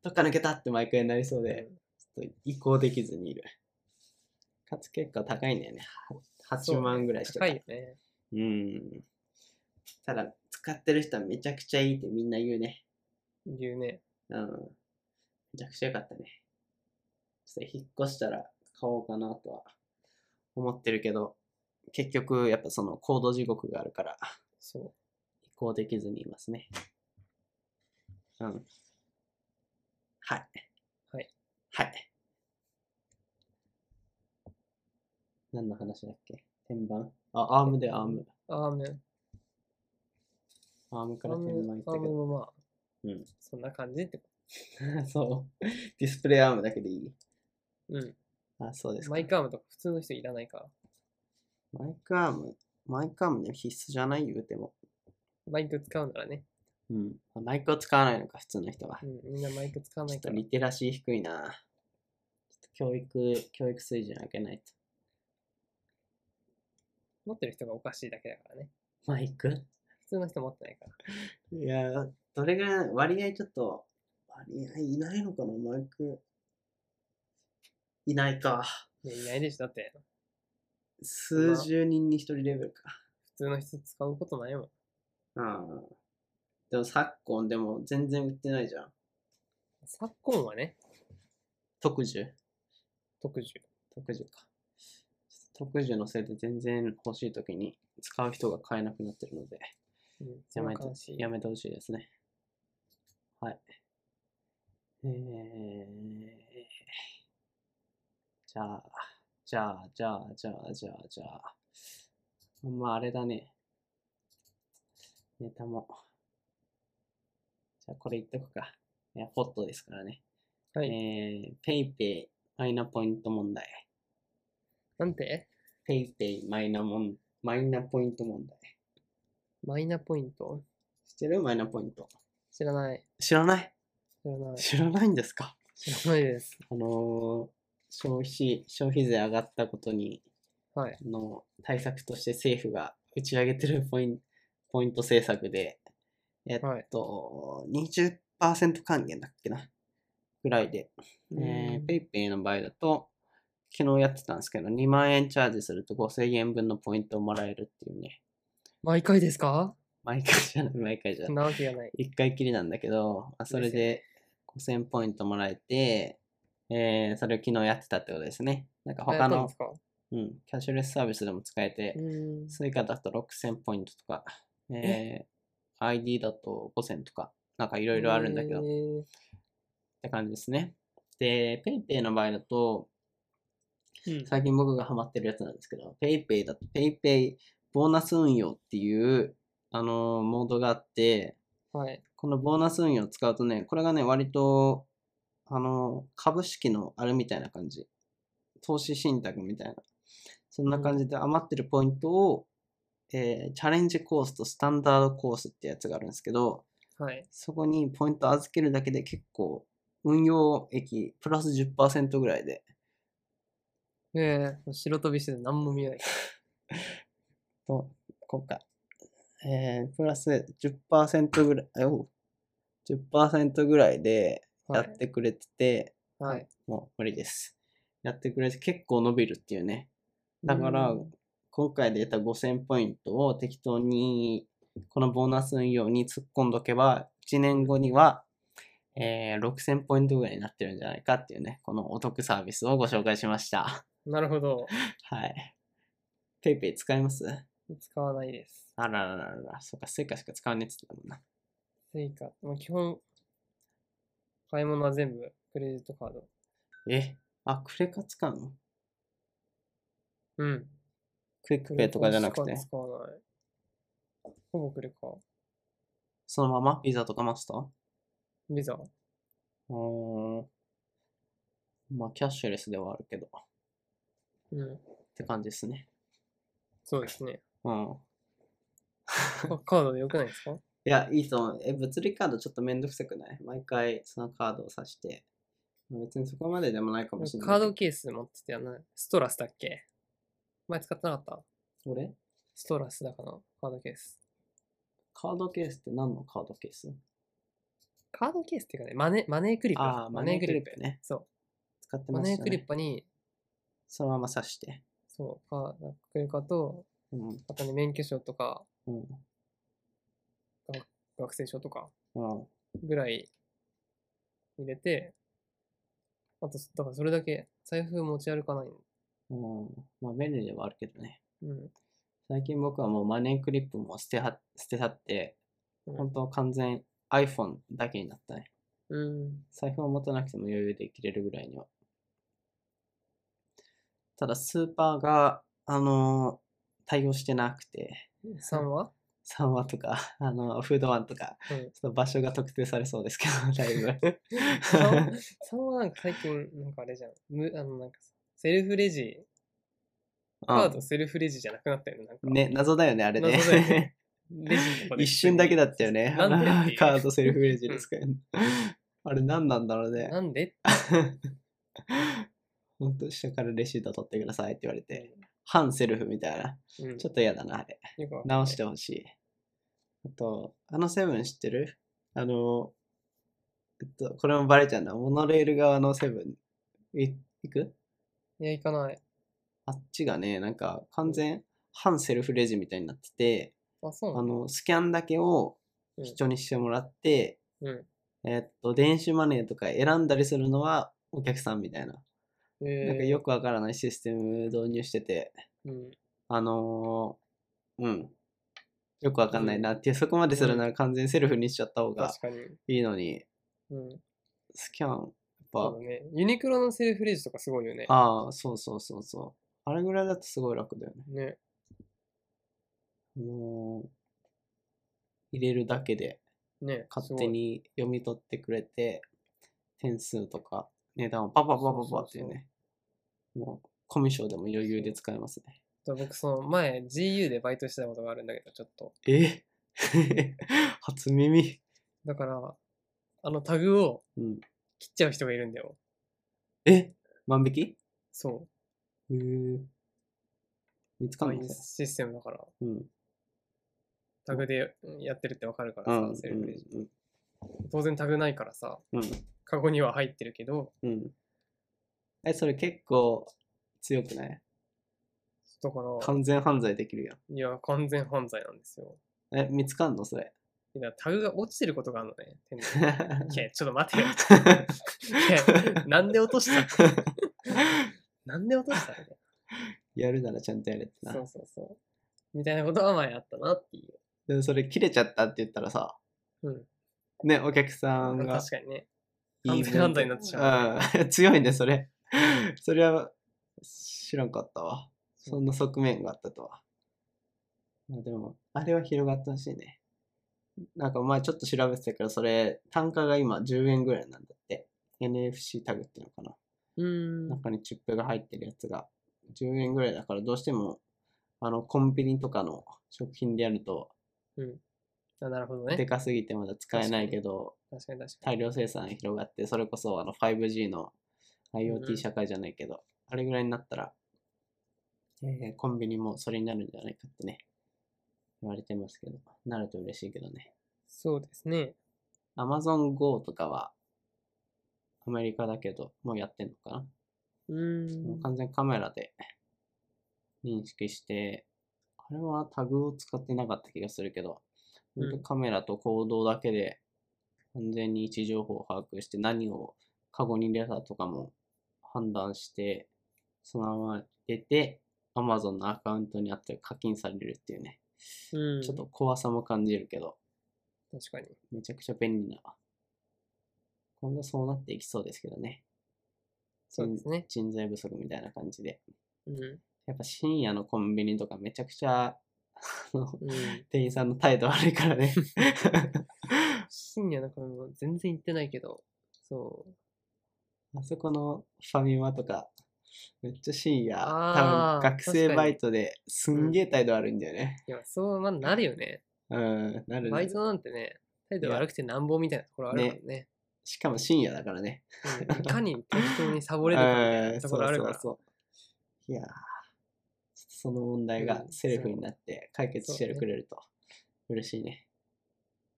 どっか抜けたって毎回なりそうで、ちょっと移行できずにいる。かつ結構高いんだよね。はそう8万ぐらいしてた高いよね。うん。ただ、使ってる人はめちゃくちゃいいってみんな言うね。いうね。うん。めちゃくちゃ良かったね。ちょっと引っ越したら買おうかなとは思ってるけど、結局やっぱそのコード地獄があるから、そ移行できずにいますね。うん。はい。はい。はい。何の話だっけ天板あ、アームでアーム。う。アーム。アームかアらー天板行っム、アたーけムど。もまあ、うん。そんな感じってこ そう。ディスプレイアームだけでいい。と。うん。あ、そうですか。マイクアームとか普通の人いらないから。マイクアーム。マイクアームね、必須じゃない言うても。マイク使うならね。うん。あマイクを使わないのか、普通の人は。うん、みんなマイク使わなちょいっとから。リテラシー低いな。ちょっと教育、教育水準上げないと。持ってる人がおかしいだけだからね。マイク普通の人持ってないから。いやー、どれぐらい、割合ちょっと、割合いないのかな、マイク。いないか。いや、いないでしょ。だって、数十人に一人レベルか。普通の人使うことないもん。うん。でも昨今、でも全然売ってないじゃん。昨今はね、特需特需。特需か。特需のせいで全然欲しいときに使う人が買えなくなってるので、うん、やめてその悲しいやめてほしいですね。はい。えー、じゃあ、じゃあ、じゃあ、じゃあ、じゃあ、じゃあ。まあ、あれだね。ネタも。じゃあ、これ言っとくか。いや、ホットですからね。はいえー、ペイペイマイナポイント問題。なんてペイペイマイナもん、マイナポイント問題。マイナポイント知ってるマイナポイント。知らない。知らない知らない。知らないんですか知らないです。あのー消費、消費税上がったことに、はい。の対策として政府が打ち上げてるポインポイント政策で、えっはいと、20%還元だっけなぐらいで、えうんー、ペイペイの場合だと、昨日やってたんですけど、2万円チャージすると5000円分のポイントをもらえるっていうね、毎回ですか毎回じゃない、毎回じゃないそんなわけがない。一回きりなんだけど、まあ、それで5000ポイントもらえて、えー、それを昨日やってたってことですね。なんか他あやったんのです、かうん、キャッシュレスサービスでも使えて、うーん。スイカだと6000ポイントとか、えー、ID だと5000とか、なんかいろいろあるんだけど、えーって感じですね。で、PayPay の場合だと、うん最近僕がハマってるやつなんですけど、PayPay だと PayPay ボーナス運用っていう、あのーモードがあって、はい。このボーナス運用を使うとね、これがね、割と、あの、株式のあれみたいな感じ。投資信託みたいな。そんな感じで余ってるポイントを、えーチャレンジコースとスタンダードコースってやつがあるんですけど、はい。そこにポイント預けるだけで結構、運用益プラス10%ぐらいで、ええ白飛びしてて何も見えない。と、こうか。えープラス10%ぐらい、あおう10%ぐらいでやはっい。てくれてて、はい、もう無理です。やってくれて結構伸びるっていうね。だからうん、今回で得た5000ポイントを適当に、このボーナス運用に突っ込んどけば、1年後には、えー6000ポイントぐらいになってるんじゃないかっていうね、このお得サービスをご紹介しました。 なるほど。はい。ペイペイ使います使わないです。あららららら、そっか、スイカしか使わねえって言ってたもんな。スイカ、まあ、基本、買い物は全部クレジットカード。え、あ、クレカ使うのうん。クイックペイとかじゃなくクレてカ、使わない。ほぼクレカ。そのままビザとかマスタービザ。うーんまあ、キャッシュレスではあるけど、っうん。て感じですね。そうで すね。うん。カカードでよくないですかいや、いいと思う。え、物理カードちょっとめんどくさくない毎回そのカードを挿して。まあ別にそこまででもないかもしれないけカーど。ドケース持っててやんない。ストラスだっけ前使ってなかった俺ストラスだかなカードケース。カードケースって何のカードケースカードケースっていうかね、マネマネークリップ。ああ、マネークリップね。そ使ってう。マまネしーたクリねッ。プに、そのまま挿して。そう、カードクリカと、うん。あとね、免許証とか、うん。学生証とかうん。ぐらい入れて、あと、だからそれだけ、財布持ち歩かない。うん。まあ便利ではあるけどね。うん。最近僕はもうマネークリップも捨ては、捨て去って、うん本当完全 iPhone だけになったね。うん。財布を持たなくても余裕で生きれるぐらいには。ただスーパーが、あのー対応してなくて、 3は サンワとか、 あのフードワンとか、うん。ちょっと場所が特定されそうですけ ど、だいぶ。 3, はなんか最近、なんかあれじゃん。むあの、なんかさ、セルフレジ、カードセルフレジじゃなくなったよね。なんかうんね、謎だよね、あれね。謎だよねレジのとこで 一瞬だけだったよね。なんでっていうカードセルフレジですか、ね、あれ何なんだろうね。なんで 本当下からレシート取ってくださいって言われて。反セルフみたいな。うんちょっと嫌だな、あれ。よくわかんない直してほしい。あと、あのセブン知ってるあの、えっと、これもバレちゃうな。モノレール側のセブン、い、行くいや、行かない。あっちがね、なんか完全、反セルフレジみたいになってて、あ、そうなあのの、スキャンだけを人にしてもらって、うん。えっと、電子マネーとか選んだりするのはお客さんみたいな。えーなんかよくわからないシステム導入してて、うん。あのーうん。よくわかんないなっていう、そこまでするなら完全にセルフにしちゃった方が確かに。いいのに、うん。スキャン、やっそうぱだ、ね。ユニクロのセルフレジとかすごいよね。ああ、そうそうそうそう。あれぐらいだとすごい楽だよね。ね。もう、入れるだけでね。勝手に読み取ってくれて、点数とか値段をパパパパパっていうね。もう、コミュ障でも余裕で使えますね。すごい。僕、その前、GU でバイトしてたことがあるんだけど、ちょっと。え 初耳。だから、あのタグをうん。切っちゃう人がいるんだよ。え万引きそう。へえ。見つかそんうないいうシステムだから。うん。タグでやってるってわかるかうらん。さ、セルフレジ。うん。当然タグないからさ、うん。カゴには入ってるけど、うん。え、それ結構強くないだから、完全犯罪できるやいや、完全犯罪なんですよ。ん。え、見つかんのそれ。いやタグが落ちてることがあるのね。店内 いにいや、ちょっと 待てよ。いやなんで落とした なんで落としたのやるならちゃんとやれってな。そうそうそう。みたいなことは前あったなっていでもそれ切れちゃったって言ったらさ、う。うん。ね、お客さんが確かにね。いい完全犯罪になってしまうん 強いね、それ。それは知らんかったわ。そんな側面があったとは。まあでも、あれは広がってほしいね。なんか前ちょっと調べてたけど、それ、単価が今10円ぐらいなんだって。NFC タグっていうのかな。うーん。中にチップが入ってるやつが10円ぐらいだからどうしてもあのコンビニとかの食品でやるとあなるほどでね。かすぎてまだ使えないけど確かに確か大量生産広がってそれこそあの 5G のう IoT ん社会じゃないけど、あれぐらいになったら、えーコンビニもそれになるんじゃないかってね言われてますけどなると嬉しいけどねに。そうですね。 Amazon Go とかはアメリカだけどもうやってんのかなうもー。うん完全にカメラで認識して、あれはタグを使ってなかった気がするけど、うん本当カメラと行動だけで完全に位置情報を把握して何をカゴに入れたとかも判断して、そのまま出て、Amazon のアカウントにあったら課金されるっていうね、うん、ちょっと。怖さも感じるけど、確かに。めちゃくちゃ便利な。今後そうなっていきそうですけどね。そうですね。人材不足みたいな感じで。うん。やっぱ深夜のコンビニとかめちゃくちゃ、あの うん、店員さんの態度悪いから ね。深夜なんかもう全然行ってないけど、そう。あそこのファミマとか、めっちゃ深夜、多あ分ー学生確かにバイトですんげえ態度悪いんだよね。いや、そう、まあ、なるよね。うん、なるバねイ。トなんてね、態度悪くてなんぼみたいなところあるからね。しかも深夜だからね。うんいかに適当にサボれるかみたいうんなところあるから。 そうそうそういやーちょっとその問題がうんセルフになって解決してそうねくれると嬉しいね。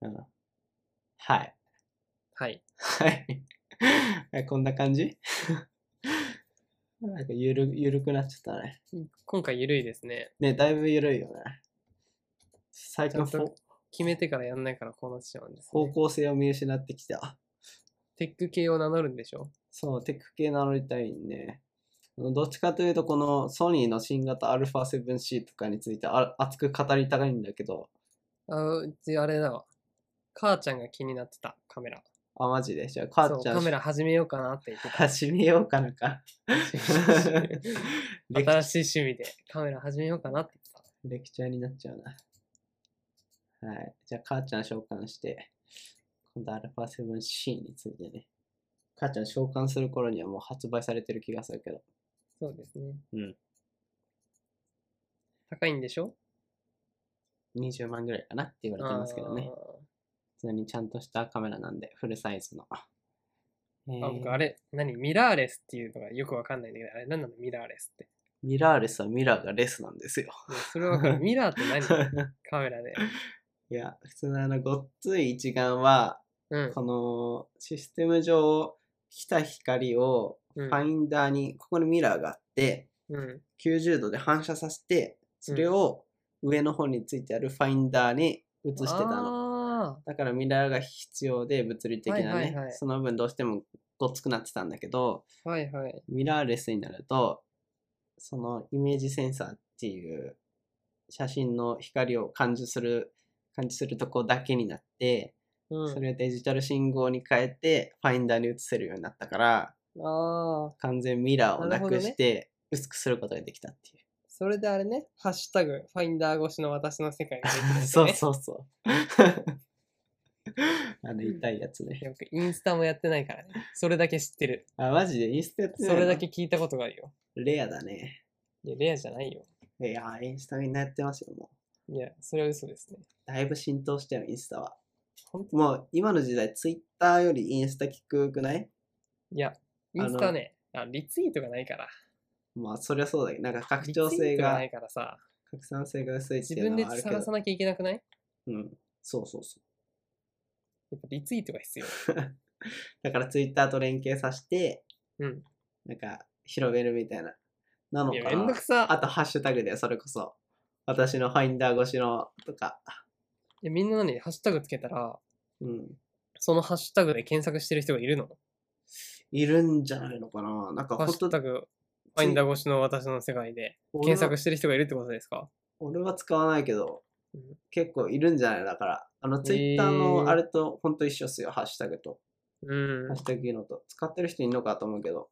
うん。はい。はい。はい。 えこんな感じなんかゆる、ゆるくなっちゃったね。今回緩いですね。ね、だいぶゆるいよね。最近ちゃんとほ決めてからやんないからこうなっちゃうんです、方ね。向性を見失ってきた。テック系を名乗るんでしょそう、テック系名乗りたいんで、あのどっちかというと、このソニーの新型 α7C とかについてあ熱く語りたいんだけど、あ、うちあれだわ。母ちゃんが気になってたカメラ。あ、マジで。じゃあ、母そうちゃん、カメラ始めようかなって言ってた。 始めようかなんか。 レク新しい趣味でカメラ始めようかなって言ってレクチャーになっちゃうな。はい。じゃあ、母ちゃん召喚して、今度 α7C についてね。母ちゃん召喚する頃にはもう発売されてる気がするけど。た。そうですね。うん。高いんでしょ20万ぐらいかなって言われてますけどね。普通にちゃんとしたカメラなんで、フルサイズの。えあーあ僕、あー、れ、何ミラーレスっていうのがよくわかんないんだけど、あれ、何なのミラーレスって。ミラーレスはミラーがレスなんですよ。いやそれはわ かる、ミラーって何カメラで。いや、普通のあの、ごっつい一眼は、うんこのシステム上、来た光をうフん。ァインダーに、ここにミラーがあって、うん。 90度で反射させて、それを上の方についてあるファインダーに映してたの。あだからミラーが必要で物理的なね、はいはいはいその分どうしてもごっつくなってたんだけど、ーはいはい。ミラーレスになると、そのイメージセンサーっていう写真の光を感知する、感知するとこだけになって、うん、それをデジタル信号に変えて、ファインダーに映せるようになったから、ああ、完全ミラーをななるほくどねして、薄くすることができたっていう。それであれね、ハッシュタグ、ファインダー越しの私の世界ができる、ね。 そうそうそう。あの痛いやつね。よくインスタもやってないからね。それだけ知ってる。あ、マジでインスタやってないそのれだけ聞いたことがあるよ。レアだね。いや、レアじゃないよ。いや、インスタみんなやってますよ、もう。いや、それは嘘ですね。だいぶ浸透したよ、インスタは。本当もう今の時代、ツイッターよりインスタ低くないいや、インスタね、あリツイートがないから。まあ、そりゃそうだけど、なんか拡リツイ張性ートががない、からさ、拡散性が薄いって自いう分のではあるけど探さ。なきゃいけなくないうん。そうそうそやっぱリツイートが必要。う。だからツイッターと連携させて、うん。なんか広めるみたいな。なのいかや、めんどなく。さ。あと、ハッシュタグだよ、それこそ。私のファインダー越しのとか。いやみんな何ハッシュタグつけたら、うん。そのハッシュタグで検索してる人がいるのいるんじゃないのかななんかハッ本シュ当タグ、ファインダー越しの私の世界で検索してる人がいるってことですか俺は使わないけどうん、結構いるんじゃないだから、あの、ーツイッターのあれと本当一緒っすよ、ハッシュタグと。うんハッ。シュタグ機能と。使ってる人いるのかと思うけど、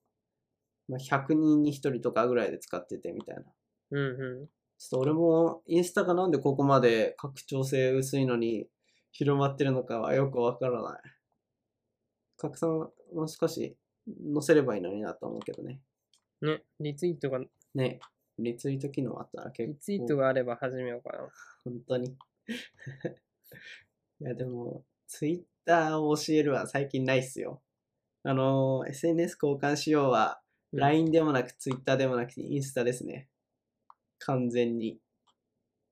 まあ、100人に1人とかぐらいで使っててみたいな。ちょうんうっと俺もインスタがなんでここまで拡張性薄いのに広まってるのかはよくわからない。拡散もう少し載せればいいのになと思うけどね。ん。ね、リツイートが、ね、リツイート機能あったら結構。リツイートがあれば始めようかな。本当に。い や、でも、ツイッターを教えるは最近ないっすよ。あのー、SNS 交換しようは、うん LINE でもなく、ツイッターでもなくて、インスタですね。完全に。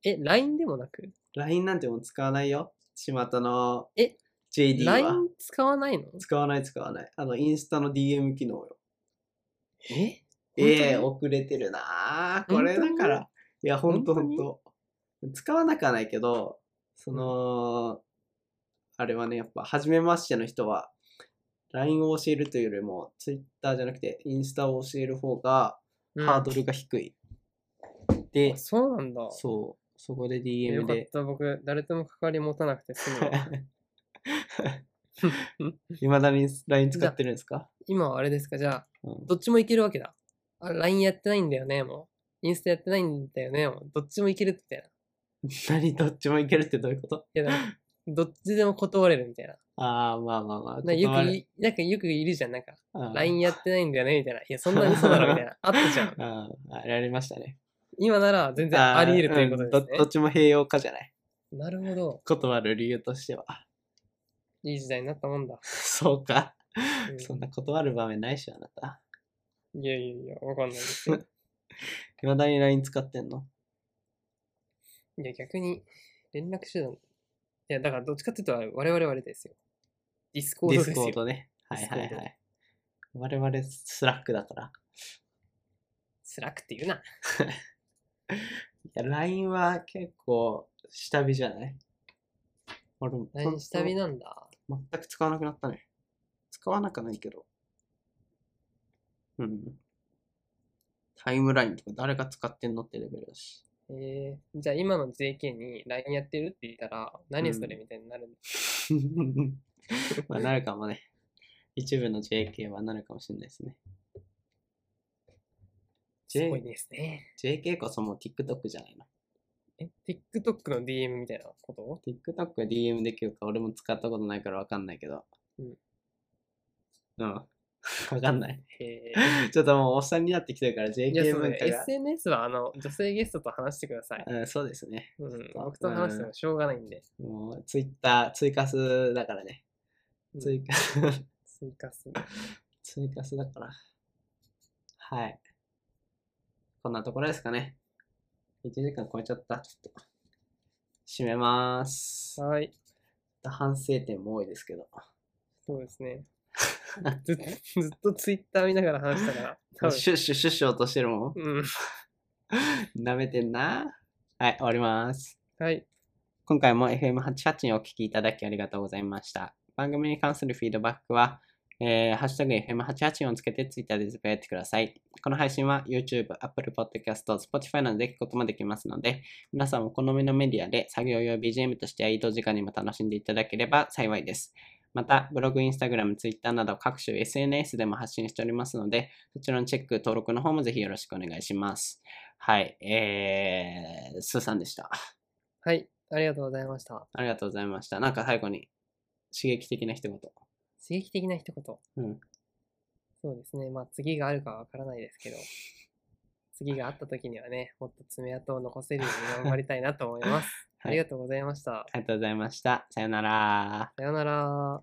え、LINE でもなく LINE なんてもう使わないよ。巷のえ JD は。 ?LINE 使わないの使わない使わない。あの、インスタの DM 機能よ。え本当にええ遅れてるなあこれ本当だにから。いや、ほんとほん本当にと。使わなくはないけど、その、あれはね、やっぱ、初めましての人は、LINE を教えるというよりも、Twitter じゃなくて、インスタを教える方が、うんハードルが低い。で、そうなんだ。そう、そこでよ DM かっで。た、僕、誰とも関わり持たなくて済む わいまだに LINE 使ってるんですか今はあれですかじゃあ、うんどっちもいけるわけだ。あ、LINE やってないんだよね、もう。インスタやってないんだよね、もう。どっちもいけるって。何どっちもいけるってどういうこといや、なんか どっちでも断れるみたいな。ああ、まあまあまあ。なよ断くれい、なんかよくいるじゃん。なんか、うん LINE やってないんだよねみたいな。いや、そんな嘘だろみた いな。あったじゃう。んん、あれありましたね。今なら全然あり得るということあーんど どでっちも併用かじゃない。すね。なるほど。断る理由としては。 いい時代になったもんだ。そうか。うん そんな断る場面ないっしょ、あなた。いやいやいや、わかんないですよ。いまだに LINE 使ってんのいや、逆に、連絡手段。いや、だからどっちかっていうと、我々はあれですよ。ディスコーディドスですコよー。ドね。はいはいディスコーはい。我々スラックだから。辛くて言うな。いや、LINE は結構下火じゃない俺も LINE 下火なんだ。ほんと全く使わなくなったね。使わなくはないけど。うん。タイムラインとか誰が使ってんのってレベルだし。えー、じゃあ今の JK に LINE やってるって言ったら、何それみたいになるんだ。 まあ、なるかもね。一部の JK はなるかもしれないですね。すごい J ですね。 JK こそもう TikTok じゃないの。え、TikTok の DM みたいなこと TikTok は DM できるか俺も使ったことないからわかんないけど。うん。 うん。わかんない。え ー、ちょっともうおっさんになってきてるからいや、 JK そう文ね。化が。 SNS は、あの、女性ゲストと話してください。うん、そうですね。うん。僕と話してもしょうがないんで。もう Twitter 追加数だからね。うん追加、追加する。追加数だから。はい。こんなところですかね。1時間超えちゃった。ちょっと。閉めまーす。はい。反省点も多いですけど。そうですね。ずっとずっと Twitter 見ながら話したから、多分シュッシュッシュッシュ落としてるもん。うん。舐めてんな。はい、終わります。はい。今回も FM88 にお聞きいただきありがとうございました。番組に関するフィードバックは、えーハッシュタグ FM88 をつけて Twitter でつぶやいてください。この配信は YouTube、Apple Podcast、Spotify などで聞くこともできますので、皆さんお好みのメディアで作業用 BGM としてや移動時間にも楽しんでいただければ幸いです。また、ブログ、インスタグラム、ツイッターなど各種 SNS でも発信しておりますので、そちらのチェック、登録の方もぜひよろしくお願いします。はい、えー、スーさんでした。はい。ありがとうございました。ありがとうございました。なんか最後に刺激的な一言。刺激的な一言。うん。そうですね。まあ次があるかわからないですけど、次があった時にはね、もっと爪痕を残せるように頑張りたいなと思います。 はいありがとうございました。ありがとうございました。さよなら。さようなら。